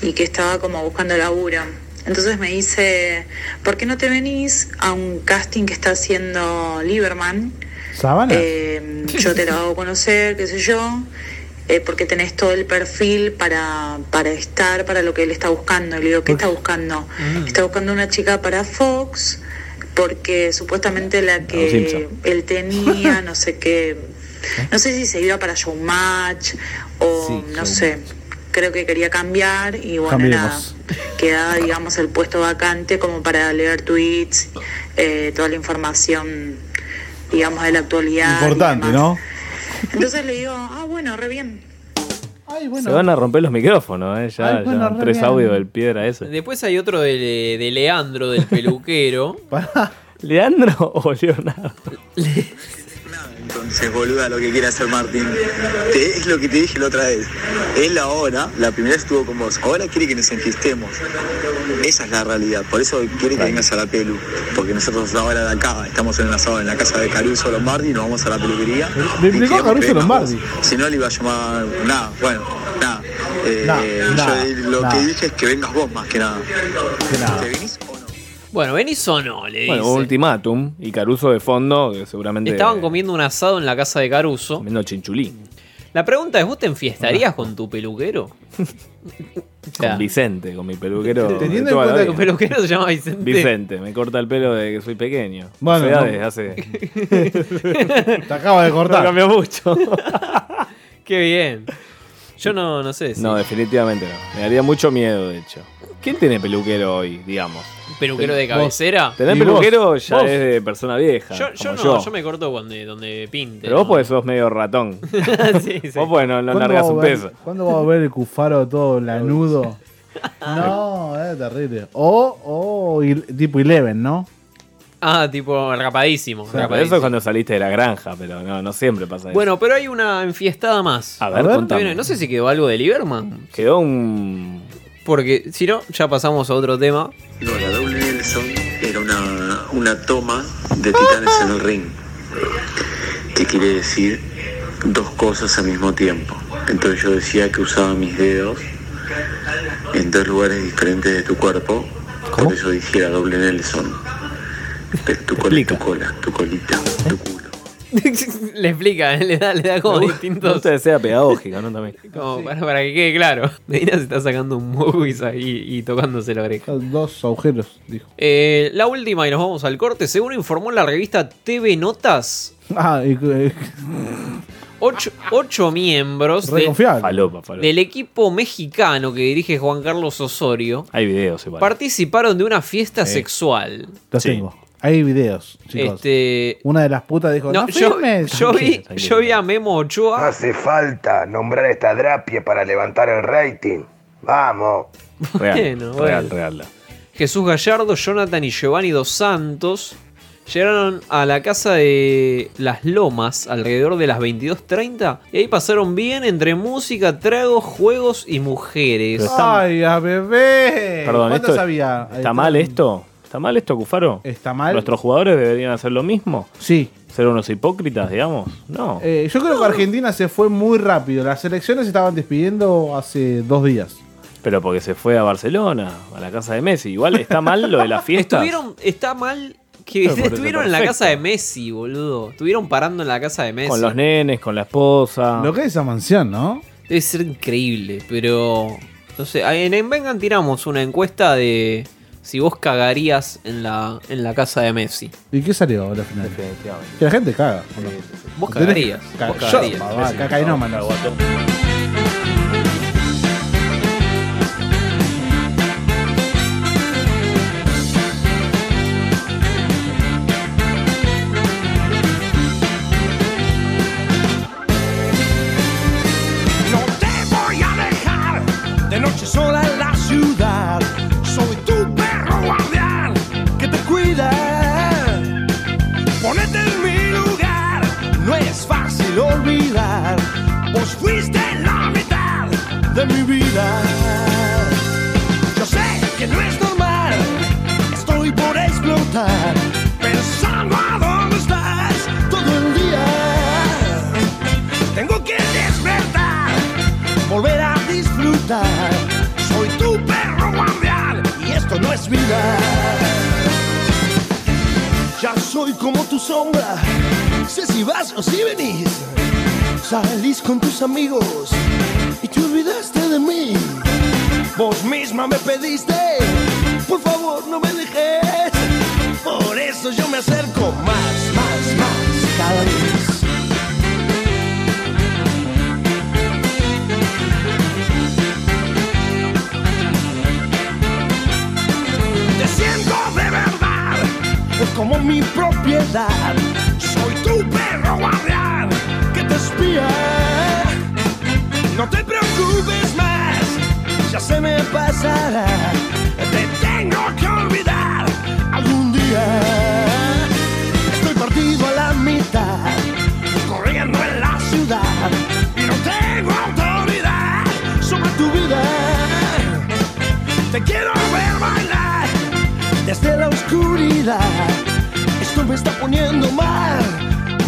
y que estaba como buscando laburo. Entonces me dice, ¿por qué no te venís a un casting que está haciendo Lieberman? ¿Sabana? Eh, yo te lo hago conocer, qué sé yo, eh, porque tenés todo el perfil para, para estar, para lo que él está buscando. Y le digo, ¿qué está buscando? Está buscando una chica para Fox, porque supuestamente la que Simpson. él tenía, no sé qué, no sé si se iba para Showmatch o no sé, creo que quería cambiar y bueno, nada, Cambiemos. quedaba digamos el puesto vacante como para leer tweets, eh, toda la información digamos de la actualidad. y Importante, demás. ¿no? Entonces le digo, ah bueno, re bien. Ay, Se van a romper los micrófonos, ¿eh? Ya, Ay, bueno, ya, re tres bien. audios del piedra ese. Después hay otro de, de Leandro, del peluquero. ¿Leandro o Leonardo? [LAUGHS] Entonces, boluda, lo que quiere hacer Martín. Te- es lo que te dije la otra vez. Él ahora, la primera vez estuvo con vos, ahora quiere que nos enquistemos. Esa es la realidad. Por eso quiere que vengas a la pelu. Porque nosotros ahora de acá estamos en un asado en la casa de Caruso Lombardi, nos vamos a la peluquería. Me Y implicó queremos que Caruso vengas Lombardi. vos. Si no, le iba a llamar. Nada, bueno, nada. Eh, Nah, yo nah, lo nah. que dije es que vengas vos más que nada. ¿Te venís? Bueno, venís o no, le Bueno, dice. un ultimátum y Caruso de fondo, que seguramente. Estaban comiendo un asado en la casa de Caruso. Comiendo chinchulín. La pregunta es, ¿vos te enfiestarías con tu peluquero? Con Vicente, con mi peluquero. de Teniendo en toda la cuenta que vida. tu peluquero se llama Vicente. Vicente, me corta el pelo desde que soy pequeño. Bueno, O sea, no. desde hace. [LAUGHS] [LAUGHS] Te acaba de [LAUGHS] cortar. No cambió mucho. Qué bien. Yo no, no sé. si- No, definitivamente no. Me daría mucho miedo, de hecho. ¿Quién tiene peluquero hoy, digamos? ¿Peluquero de Vos. cabecera? Tener Y peluquero vos, ya vos. es de persona vieja. Yo, yo como no, yo. yo me corto donde, donde pinte. Pero vos pues sos [LAUGHS] medio ratón. Vos pues no, ¿Cuándo no largas va a un ver- peso. ¿Cuándo va a ver el cufaro todo lanudo? No, es terrible. O, o il- tipo Eleven, ¿no? Ah, tipo rapadísimo. Bueno, pero eso rapadísimo. es cuando saliste de la granja, pero no, no siempre pasa eso. Bueno, pero hay una enfiestada más. A ver, A ver. contame. Bueno, No sé si quedó algo de Lieberman. Quedó un. Porque si no, ya pasamos a otro tema. [LAUGHS] No, la doble Nelson era una, una toma de titanes en el ring. ¿Qué quiere decir? dos cosas al mismo tiempo. Entonces yo decía que usaba mis dedos en dos lugares diferentes de tu cuerpo. Por eso dije la doble Nelson. De tu cola, tu cola, tu colita, tu culo. le explica, le da, le da como distintos. Usted sea pedagógica, ¿no? También. como para, para que quede claro. [LAUGHS] Medina se está sacando un moco y, sa- y- y tocándose la oreja. Dos agujeros, dijo. Eh, la última y nos vamos al corte. Según informó la revista TV Notas, Ah, y, eh, Ocho, ocho miembros de- Reconfiable. Falopa, falopa. del equipo mexicano que dirige Juan Carlos Osorio Hay videos igual. participaron de una fiesta Sí. sexual. los tengo. Hay videos, chicos. Este, Una de las putas dijo, no, no, yo, firmes". yo vi, Tranquilo, yo vi a Memo Ochoa. Hace falta nombrar esta drapie para levantar el rating. Vamos. Bueno, bueno. real, Jesús Gallardo, Jonathan y Giovanni dos Santos llegaron a la casa de Las Lomas alrededor de las 22.30 y ahí pasaron bien entre música, tragos, juegos y mujeres. tranquilo. Ay, a bebé. Perdón, ¿Cuánto esto- sabía? ¿Está mal esto? ¿Está mal esto, Cufaro? ¿Está mal? ¿Nuestros jugadores deberían hacer lo mismo? Sí. ¿Ser unos hipócritas, digamos? No. Eh, yo creo que Argentina se fue muy rápido. Las elecciones se estaban despidiendo hace dos días. Pero porque se fue a Barcelona, a la casa de Messi. Igual está mal lo [LAUGHS] de la fiesta. Estuvieron, está mal que Pero por eso, estuvieron en la perfecto. casa de Messi, boludo. Estuvieron parando en la casa de Messi. Con los nenes, con la esposa. Lo que es esa mansión, ¿no? Debe ser increíble, pero. No sé, en en Vengan tiramos una encuesta de si vos cagarías en la, en la casa de Messi. ¿Y qué salió a la final? Que la gente caga. ¿o no? Vos Tenés- cagarías. Ca- Vos yo, cagarías. va, va, cacainómanos. No te voy a dejar de noche sola en la ciudad. Soy tu perro guardián que te cuida. Ponete en mi lugar, no es fácil olvidar. Vos fuiste la mitad de mi vida. Yo sé que no es normal, estoy por explotar. Pensando a dónde estás todo el día. Tengo que despertar, volver a disfrutar. Soy tu perro guardián y esto no es vida. Ya soy como tu sombra, sé si vas o si venís. Salís con tus amigos y te olvidaste de mí. Vos misma me pediste, por favor no me dejes. Por eso yo me acerco más, más, más cada vez. Te siento de verdad, es como mi propiedad. Soy tu perro guardián que te espía. No te preocupes más, ya se me pasará. Te tengo que olvidar algún día. Estoy partido a la mitad, corriendo en la ciudad. Y no tengo autoridad sobre tu vida. Te quiero ver bailar desde la oscuridad. Esto me está poniendo mal.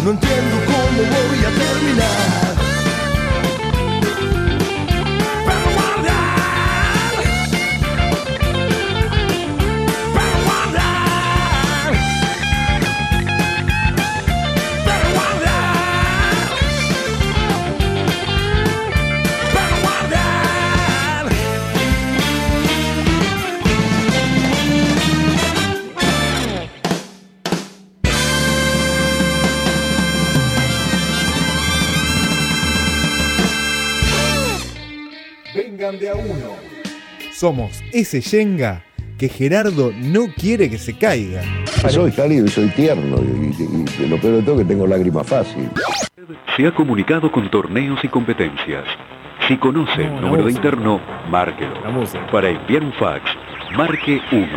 No entiendo cómo voy a terminar. Pero guarda. Pero guarda. Pero guarda. Pero guarda. Vengan de a uno. Somos ese Yenga que Gerardo no quiere que se caiga. Soy cálido y soy tierno. Y, y- y lo peor de todo es que tengo lágrimas fácil. Se ha comunicado con torneos y competencias. Si conoce el número de interno, márquelo. Para enviar un fax, marque 1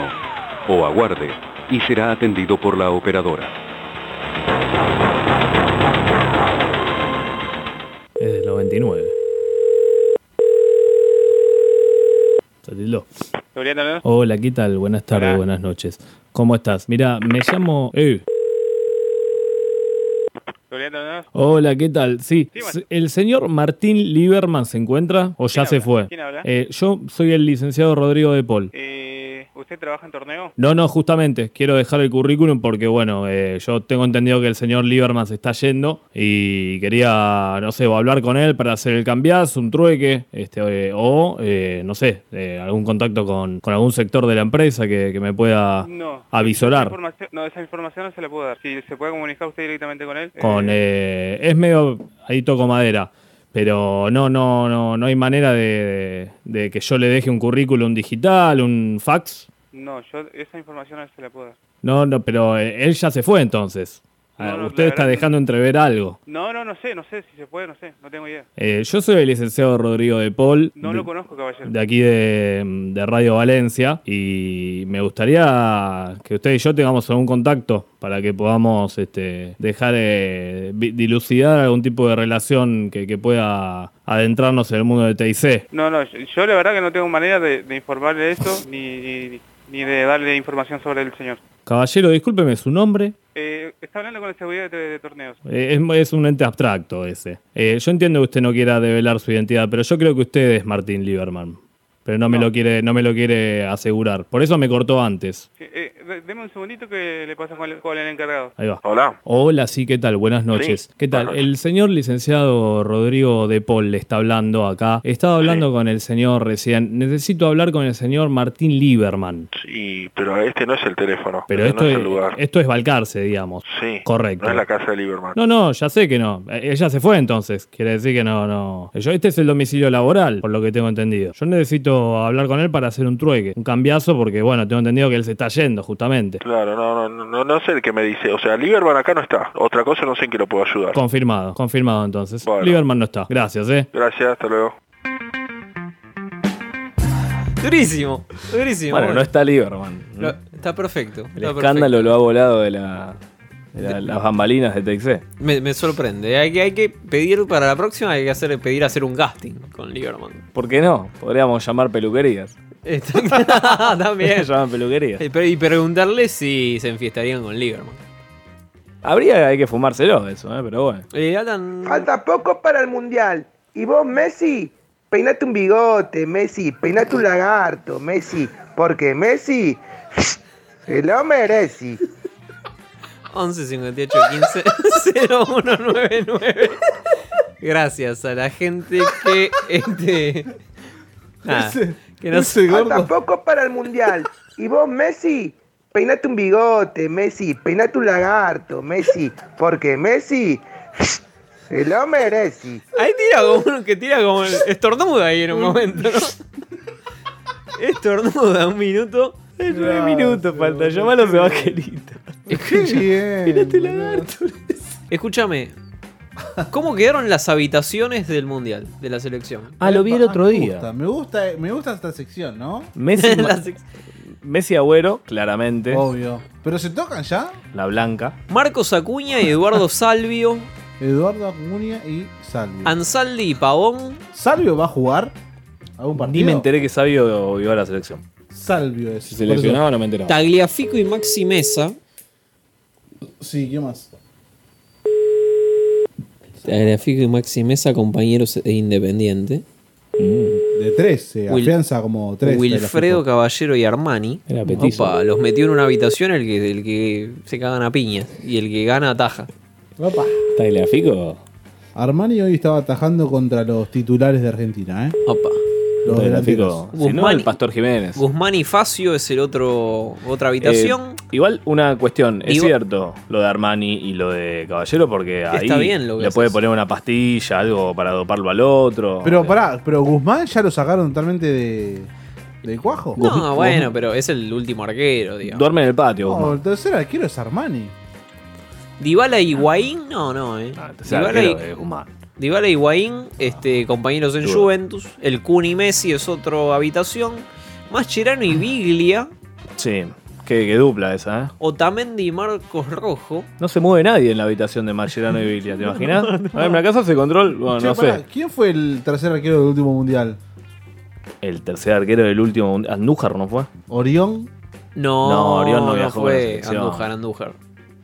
o aguarde y será atendido por la operadora. Es del 99. Se tildó. Juliana, ¿no? Hola, ¿qué tal? Buenas tardes, Hola. buenas noches. ¿Cómo estás? Mira, me llamo... Eh, Julián Leonor. Hola, ¿qué tal? Sí, Sí, bueno. s- el señor Martín Lieberman se encuentra o ya ¿Quién se habla? fue. ¿Quién habla? Eh, yo soy el licenciado Rodrigo de Paul. Eh, ¿Usted trabaja en torneo? No, no, justamente, quiero dejar el currículum porque, bueno, eh, yo tengo entendido que el señor Lieberman se está yendo y quería, no sé, o hablar con él para hacer el cambiazo, un trueque, este, eh, o, eh, no sé, eh, algún contacto con, con algún sector de la empresa que, que me pueda No. Esa avisorar. información- no, esa información no se la puedo dar. Si se puede comunicar usted directamente con él. eh, Con, eh, es medio, ahí toco madera, pero no, no, no, no hay manera de, de que yo le deje un currículum digital, un fax. no, yo esa información no se la puedo dar. No, no, pero eh, él ya se fue entonces. Ah, Usted está dejando entrever algo. No, no, no sé, no sé si se puede, no sé, no tengo idea. Eh, yo soy el licenciado Rodrigo de Paul. No de- lo conozco, caballero. De aquí de, de Radio Valencia. Y me gustaría que usted y yo tengamos algún contacto para que podamos este, dejar eh, vi- dilucidar algún tipo de relación que, que pueda adentrarnos en el mundo de TIC. No, no, yo, yo la verdad que no tengo manera de, de informarle de eso ni, ni, ni de darle información sobre el señor. Caballero, discúlpeme su nombre. Eh, está hablando con la seguridad de, de torneos. Eh, es, es un ente abstracto ese. Eh, yo entiendo que usted no quiera develar su identidad, pero yo creo que usted es Martín Lieberman. Pero no me lo quiere, no me lo quiere asegurar. Por eso me cortó antes. Sí, eh, de- deme un segundito que le paso con el, con el encargado. Ahí va. Hola. Hola, sí, ¿qué tal? Buenas noches. Sí, ¿Qué tal? buenas El señor licenciado Rodrigo de Paul le está hablando acá. Estaba hablando con el señor recién. Necesito hablar con el señor Martín Lieberman. Y, pero este no es el teléfono, Pero este esto, no es es, el lugar. esto es Balcarce, digamos. Sí, Correcto. No es la casa de Lieberman. No, no, ya sé que no. Eh, Ella se fue entonces. Quiere decir que no, no. Yo, este es el domicilio laboral, por lo que tengo entendido. Yo necesito hablar con él para hacer un trueque, un cambiazo, porque bueno, tengo entendido que él se está yendo, justamente. Claro, no, no, no, no es el que me dice. O sea, Lieberman acá no está. Otra cosa no sé en qué lo puedo ayudar. Confirmado, confirmado entonces. Lieberman no está. Gracias, eh. Gracias, hasta luego. Durísimo, durísimo. Bueno, no está Lieberman. Lo- está perfecto. El está escándalo lo ha volado de, la, de la- las bambalinas de TXC. perfecto. Me, me sorprende. Hay que, hay que pedir para la próxima, hay que hacer, pedir hacer un casting con Lieberman. ¿Por qué no? Podríamos llamar peluquerías. Está- [LAUGHS] También. [LAUGHS] Llaman peluquerías. Y pre- Y preguntarle si se enfiestarían con Lieberman. Habría hay que fumárselo eso, eh, pero bueno. Falta poco para el mundial. Y vos, Messi, peinate un bigote, Messi, peinate un lagarto, Messi, porque Messi [LAUGHS] se lo merece. 11 58 [LAUGHS] 15 0199. Gracias a la gente que. [LAUGHS] Este, [LAUGHS] nada, Ah, que no se Falta poco para el mundial. Y vos, Messi, peinate un bigote, Messi, peinate un lagarto, Messi, porque Messi [LAUGHS] se lo merece. Ahí tira como uno que tira como el- estornuda ahí en un momento, ¿no? Estornuda un minuto. Nueve minutos falta, llamalo Sebastianito. Mirate lagarto. Escúchame. ¿Cómo quedaron las habitaciones del mundial, de la selección? Ah, lo vi el otro me día. gusta. Me gusta, me gusta esta sección, ¿no? [LAUGHS] Messi, Messi Agüero, claramente. Obvio. ¿Pero se tocan ya? La blanca. Marcos Acuña y [LAUGHS] Eduardo Salvio. Eduardo Acuña y Salvio. Ansaldi y Pavón. ¿Salvio va a jugar algún partido? Ni me enteré que Sabio vio a la selección. Salvio es. Si se lesionaba, no me enteraba. Tagliafico y Maxi Mesa. Sí, ¿qué más? Tagliafico y Maxi Mesa, compañeros de Independiente. Mm. De 13, Wil- afianza como 13. Wilfredo Caballero y Armani. petizo. Opa, los metió en una habitación el que, el que se cagan a piñas y el que gana ataja. Opa. Tagliafico. Armani hoy estaba atajando contra los titulares de Argentina, ¿eh? Opa. Los delanteros. Tagliafico. Si no, Guzmán el y- Pastor Jiménez. Guzmán y Facio es el otro otra habitación. Eh, igual una cuestión, Eh, es Igual- cierto lo de Armani y lo de Caballero porque ahí Está bien lo que le haces. puede poner una pastilla, algo para doparlo al otro. Pero pará, pero Guzmán ya lo sacaron totalmente de. del cuajo. no, bueno, pero es el último arquero, digamos. Duerme en el patio. No, Guzmán. el tercer arquero es Armani. Dybala y Higuaín, no, no, eh. Ah, sea, Dybala, arquero y, es Guzmán. Dybala y Higuaín, este, compañeros en Duda. Juventus. El Cuni Messi es otro habitación. Mascherano y Biglia. Sí, qué, qué dupla esa, ¿eh? Otamendi y Marcos Rojo. No se mueve nadie en la habitación de Mascherano y Biglia, [LAUGHS] ¿te imaginas? No, A ver, en la casa se control, bueno, Che, no pará, sé. ¿Quién fue el tercer arquero del último mundial? El tercer arquero del último, mund- Andújar, ¿no fue? ¿Orión? No, No, Orión no viajó con la fue selección. Andújar, Andújar.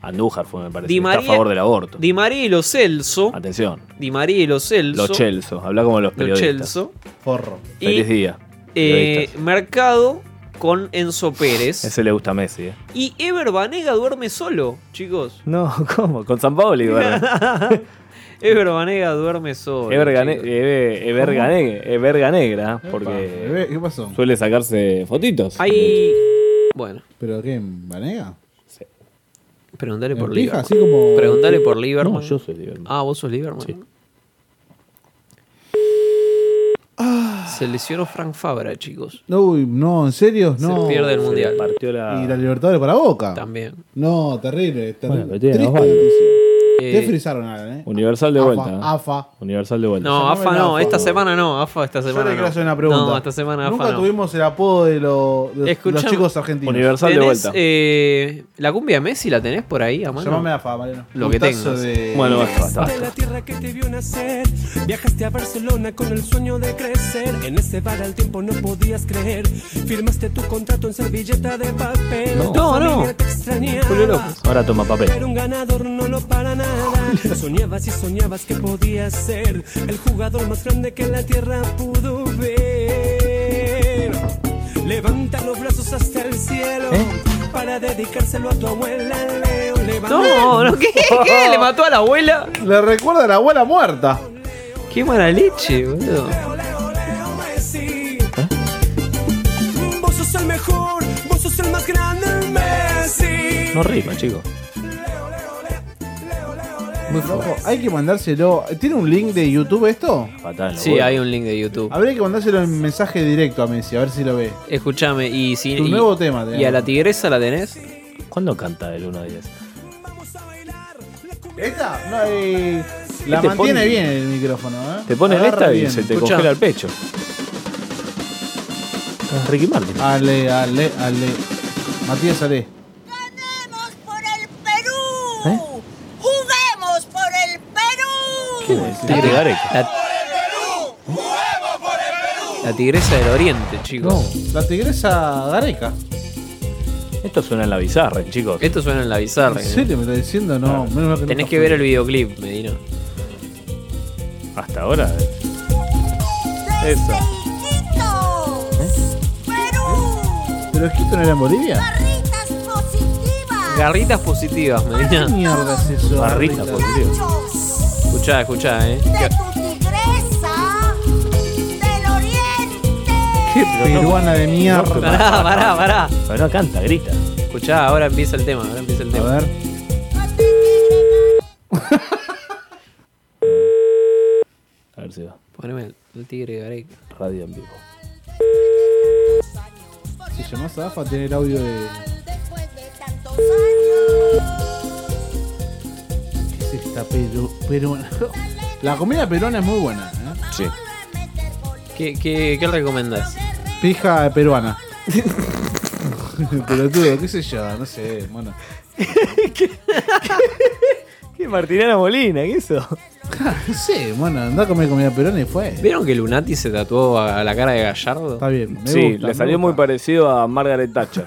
Andújar fue, me parece. Di que María, está a favor del aborto. Di María y los Celso. Atención. Di María y los Celso. Los Chelso. Habla como los Los periodistas. Celso. Porro. Y- Feliz día. Eh, periodistas. mercado con Enzo Pérez. Ese le gusta a Messi, eh. Y Ever Banega duerme solo, chicos. No, [LAUGHS] ¿cómo? Con San [LAUGHS] Paoli, ¿verdad? Ever Banega duerme solo. Ever Gane- chicos. Eve- Everga Neg- Everga Negra, porque ¿Qué pasó? suele sacarse fotitos. Hay. Bueno, ¿Pero qué? ¿Vanega? preguntale ¿En por pija? Lieberman. Así como- eh, Preguntale por Lieberman. No, yo soy Lieberman. Ah, vos sos Lieberman. Ah. Se lesionó Frank Fabra, chicos. No, uy, no, ¿en serio? Se No. pierde el mundial. Y la Libertadores para Boca. También. No, terrible. terrible. Bueno, pero tiene Triste Osvaldo. noticia. Eh, Te frizaron, Alan, ¿eh? Universal de AFA, vuelta. ¿eh? AFA. Universal de vuelta. No, Llamame AFA el no, AFA. esta semana no, AFA esta Yo semana le quiero no. hacer una pregunta. No, esta semana AFA Nunca no. tuvimos el apodo de, lo- de los- de los Escuchame. chicos argentinos. ¿Tenés, eh, la cumbia Messi la tenés por ahí a mano? Llamame a AFA, Mariano. Lo que Gustazo tengas. de- Bueno, basta, basta, De la tierra que te vio nacer, viajaste a Barcelona con el sueño de crecer. En ese bar al tiempo no podías creer. Firmaste tu contrato en servilleta de papel. No. Tu No, no. familia Te extrañaba, Ahora toma papel. Pero un ganador no lo para nada. [LAUGHS] soñabas y soñabas que podías ser el jugador más grande que la tierra pudo ver. Levanta los brazos hasta el cielo ¿Eh? para dedicárselo a tu abuela Leo. No, no, ¿qué? ¿Qué? ¿Le mató a la abuela? Le recuerda a la abuela muerta. Qué mala leche, boludo. Messi. Vos sos el mejor, vos sos el más grande, Messi. No rima, chico. Loco, hay que mandárselo. ¿Tiene un link de YouTube esto? Fatal. Sí, hay un link de YouTube. Habría que mandárselo en mensaje directo a Messi, a ver si lo ve. Escúchame, y si. Tu y- nuevo tema, ¿Y tenemos. a la tigresa la tenés? ¿Cuándo canta el 1 a 10? ¿Esta? No, eh, la Este mantiene pone- bien el micrófono, ¿eh? Te ponen Agarra esta y bien. se te Escuchá. congela el pecho. Ah, Ricky Martin. Ale, ale, ale. Matías Ale. ¿Eh? ¡Juguemos por el Perú! Tigre Gareca. La, la tigresa del oriente, chicos. La tigresa Gareca. Esto suena en la bizarra, chicos. Esto suena en la bizarra. ¿eh? ¿En serio me está diciendo? No, menos mal que Tenés nunca que fui. ver el videoclip, Medina. Hasta ahora. eh. Eso. ¿Pero Quito no era en Bolivia? Garritas positivas, ¿Qué Medina. mierda es eso? Garritas positivas. Escuchá, escuchá, eh. Qué peruana de mierda. Pará, pará, pará. Pero no canta, grita. Escuchá, ahora empieza el tema, ahora empieza el tema. A ver. A ver si va. Poneme el, el tigre Gareca. Radio en vivo. Si llamás a AFA, tiene el audio de. ¿Qué es esta peru- peruana? [LAUGHS] La comida peruana es muy buena, ¿eh? Sí. ¿Qué, qué, qué recomendás? Pija peruana. Pelotudo, qué sé yo, no sé, bueno. [LAUGHS] ¿Qué Martinana Molina? ¿Qué hizo? No sé, bueno, andá a comer comida peruana y fue. ¿Vieron que Lunati se tatuó a la cara de Gallardo? Está bien, me sí, gusta, le me salió gusta. muy parecido a Margaret Thatcher.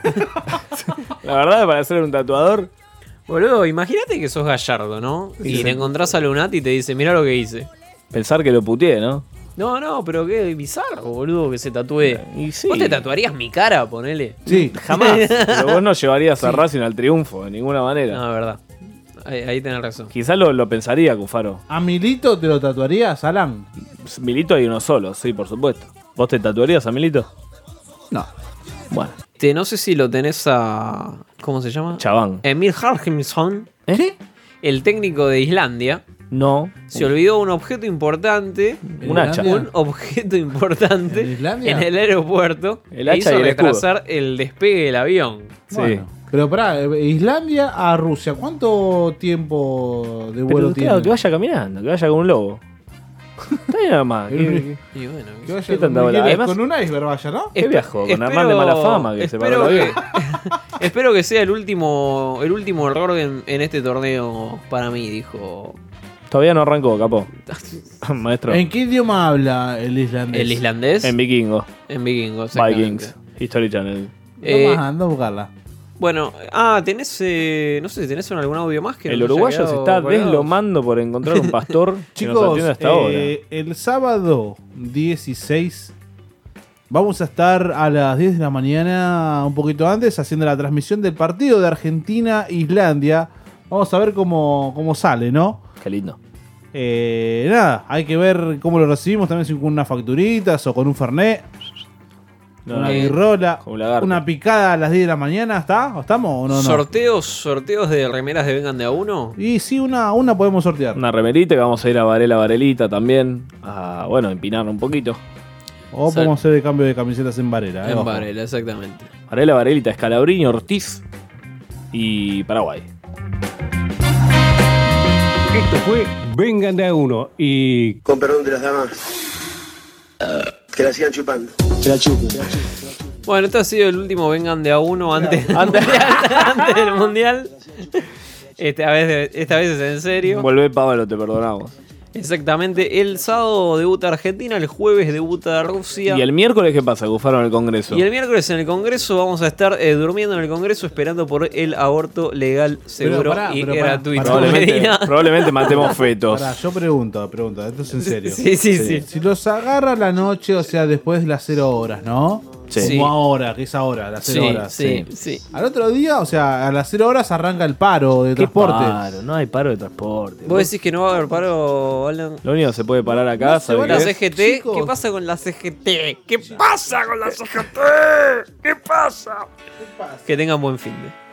la verdad, para ser un tatuador. Boludo, imagínate que sos Gallardo, ¿no? Y Sí. te encontrás a Lunati y te dice, mira lo que hice. Pensar que lo puteé, ¿no? No, no, pero qué bizarro, boludo, que se tatúe. ¿Vos te tatuarías mi cara, ponele? Sí. Jamás. [LAUGHS] Pero vos no llevarías a Racing al triunfo, de ninguna manera. No, es verdad. Ahí, ahí tenés razón. Quizás lo, lo pensaría, Cufaro. ¿A Milito te lo tatuarías, Alan? Milito hay uno solo, sí, por supuesto. ¿Vos te tatuarías a Milito? No. Bueno. Te, Este, no sé si lo tenés a... ¿Cómo se llama? Chabán. Emil Hargimson. ¿Qué? El técnico de Islandia. No. Se olvidó un objeto importante. ¿En Un hacha. Islandia? Un objeto importante. ¿En, Islandia? el aeropuerto. El e hacha y hizo el escudo. retrasar el despegue del avión. Sí. Pero pará, eh, Islandia a Rusia, ¿cuánto tiempo de vuelo Pero tiene? claro, que vaya caminando, que vaya con un lobo. Está [LAUGHS] bien nada más. ¿Qué, Y bueno, Eh, Que vaya qué con, tanta bola? un- Además- con un iceberg vaya, ¿no? qué Espe- viajó? Con espero- Hernán de mala fama que se paró el avión. que- [LAUGHS] espero que sea el último, el último error en, en este torneo para mí, dijo Todavía no arrancó, [LAUGHS] capó. Maestro. ¿En qué idioma habla el islandés? el islandés En vikingo. en Vikingo. exactamente. Vikings. History Channel. Eh, Tomá, anda a buscarla. Bueno, ah, tenés. eh, no sé si tenés algún audio más que El nos haya uruguayo se quedado está colgado. deslomando por encontrar un pastor que nos Chicos, atienda hasta eh, el sábado 16 vamos a estar a las 10 de la mañana, un poquito antes, haciendo la transmisión del partido de Argentina-Islandia. Vamos a ver cómo, cómo sale, ¿no? Eh, Qué lindo. nada, hay que ver cómo lo recibimos también si con unas facturitas o con un fernet. No, una no. eh, birrola, Con un lagarto. una picada a las 10 de la mañana, ¿está? ¿O ¿Estamos o no? no? Sorteos, sorteos de remeras de vengan de a uno. Y sí, una, una podemos sortear. Una remerita que vamos a ir a Varela Varelita también. A, bueno, empinar un poquito. O podemos hacer el cambio de camisetas en Varela. eh, En ojo. Varela, exactamente. Varela Varelita, Escalabrini, Ortiz y Paraguay. Esto fue Vengan de a uno y. Con perdón de las damas. Que la sigan chupando. Que la chupen. Bueno, este ha sido el último Vengan de a uno [LAUGHS] antes, antes del Mundial. Esta vez, esta vez es en serio. Volvé, Pablo, te perdonamos. Exactamente. El sábado debuta Argentina, el jueves debuta Rusia. ¿Y el miércoles qué pasa? Gufaron el Congreso. Y el miércoles en el Congreso vamos a estar eh, durmiendo en el Congreso esperando por el aborto legal, seguro pará, y pero pará, gratuito. pará. [LAUGHS] Probablemente- Medina. probablemente matemos fetos. Pará, yo pregunto, pregunto, esto es en serio. Sí, sí, sí. Si los agarra la noche, o sea, después de las 0 horas, ¿no? Sí. Sí. Como ahora, que es ahora, las 0 Sí, horas. sí, Al otro día, o sea, a las 0 horas arranca el paro de transporte. paro? No hay paro de transporte. ¿Vos decís que no va a haber paro, Alan? Lo único que se puede parar acá, ¿Se ¿sabe va qué la es? CGT? ¿Qué pasa con la [LAUGHS] CGT? ¿Qué pasa con la CGT? ¡Eh! ¿Qué pasa? Que tengan buen fin. de-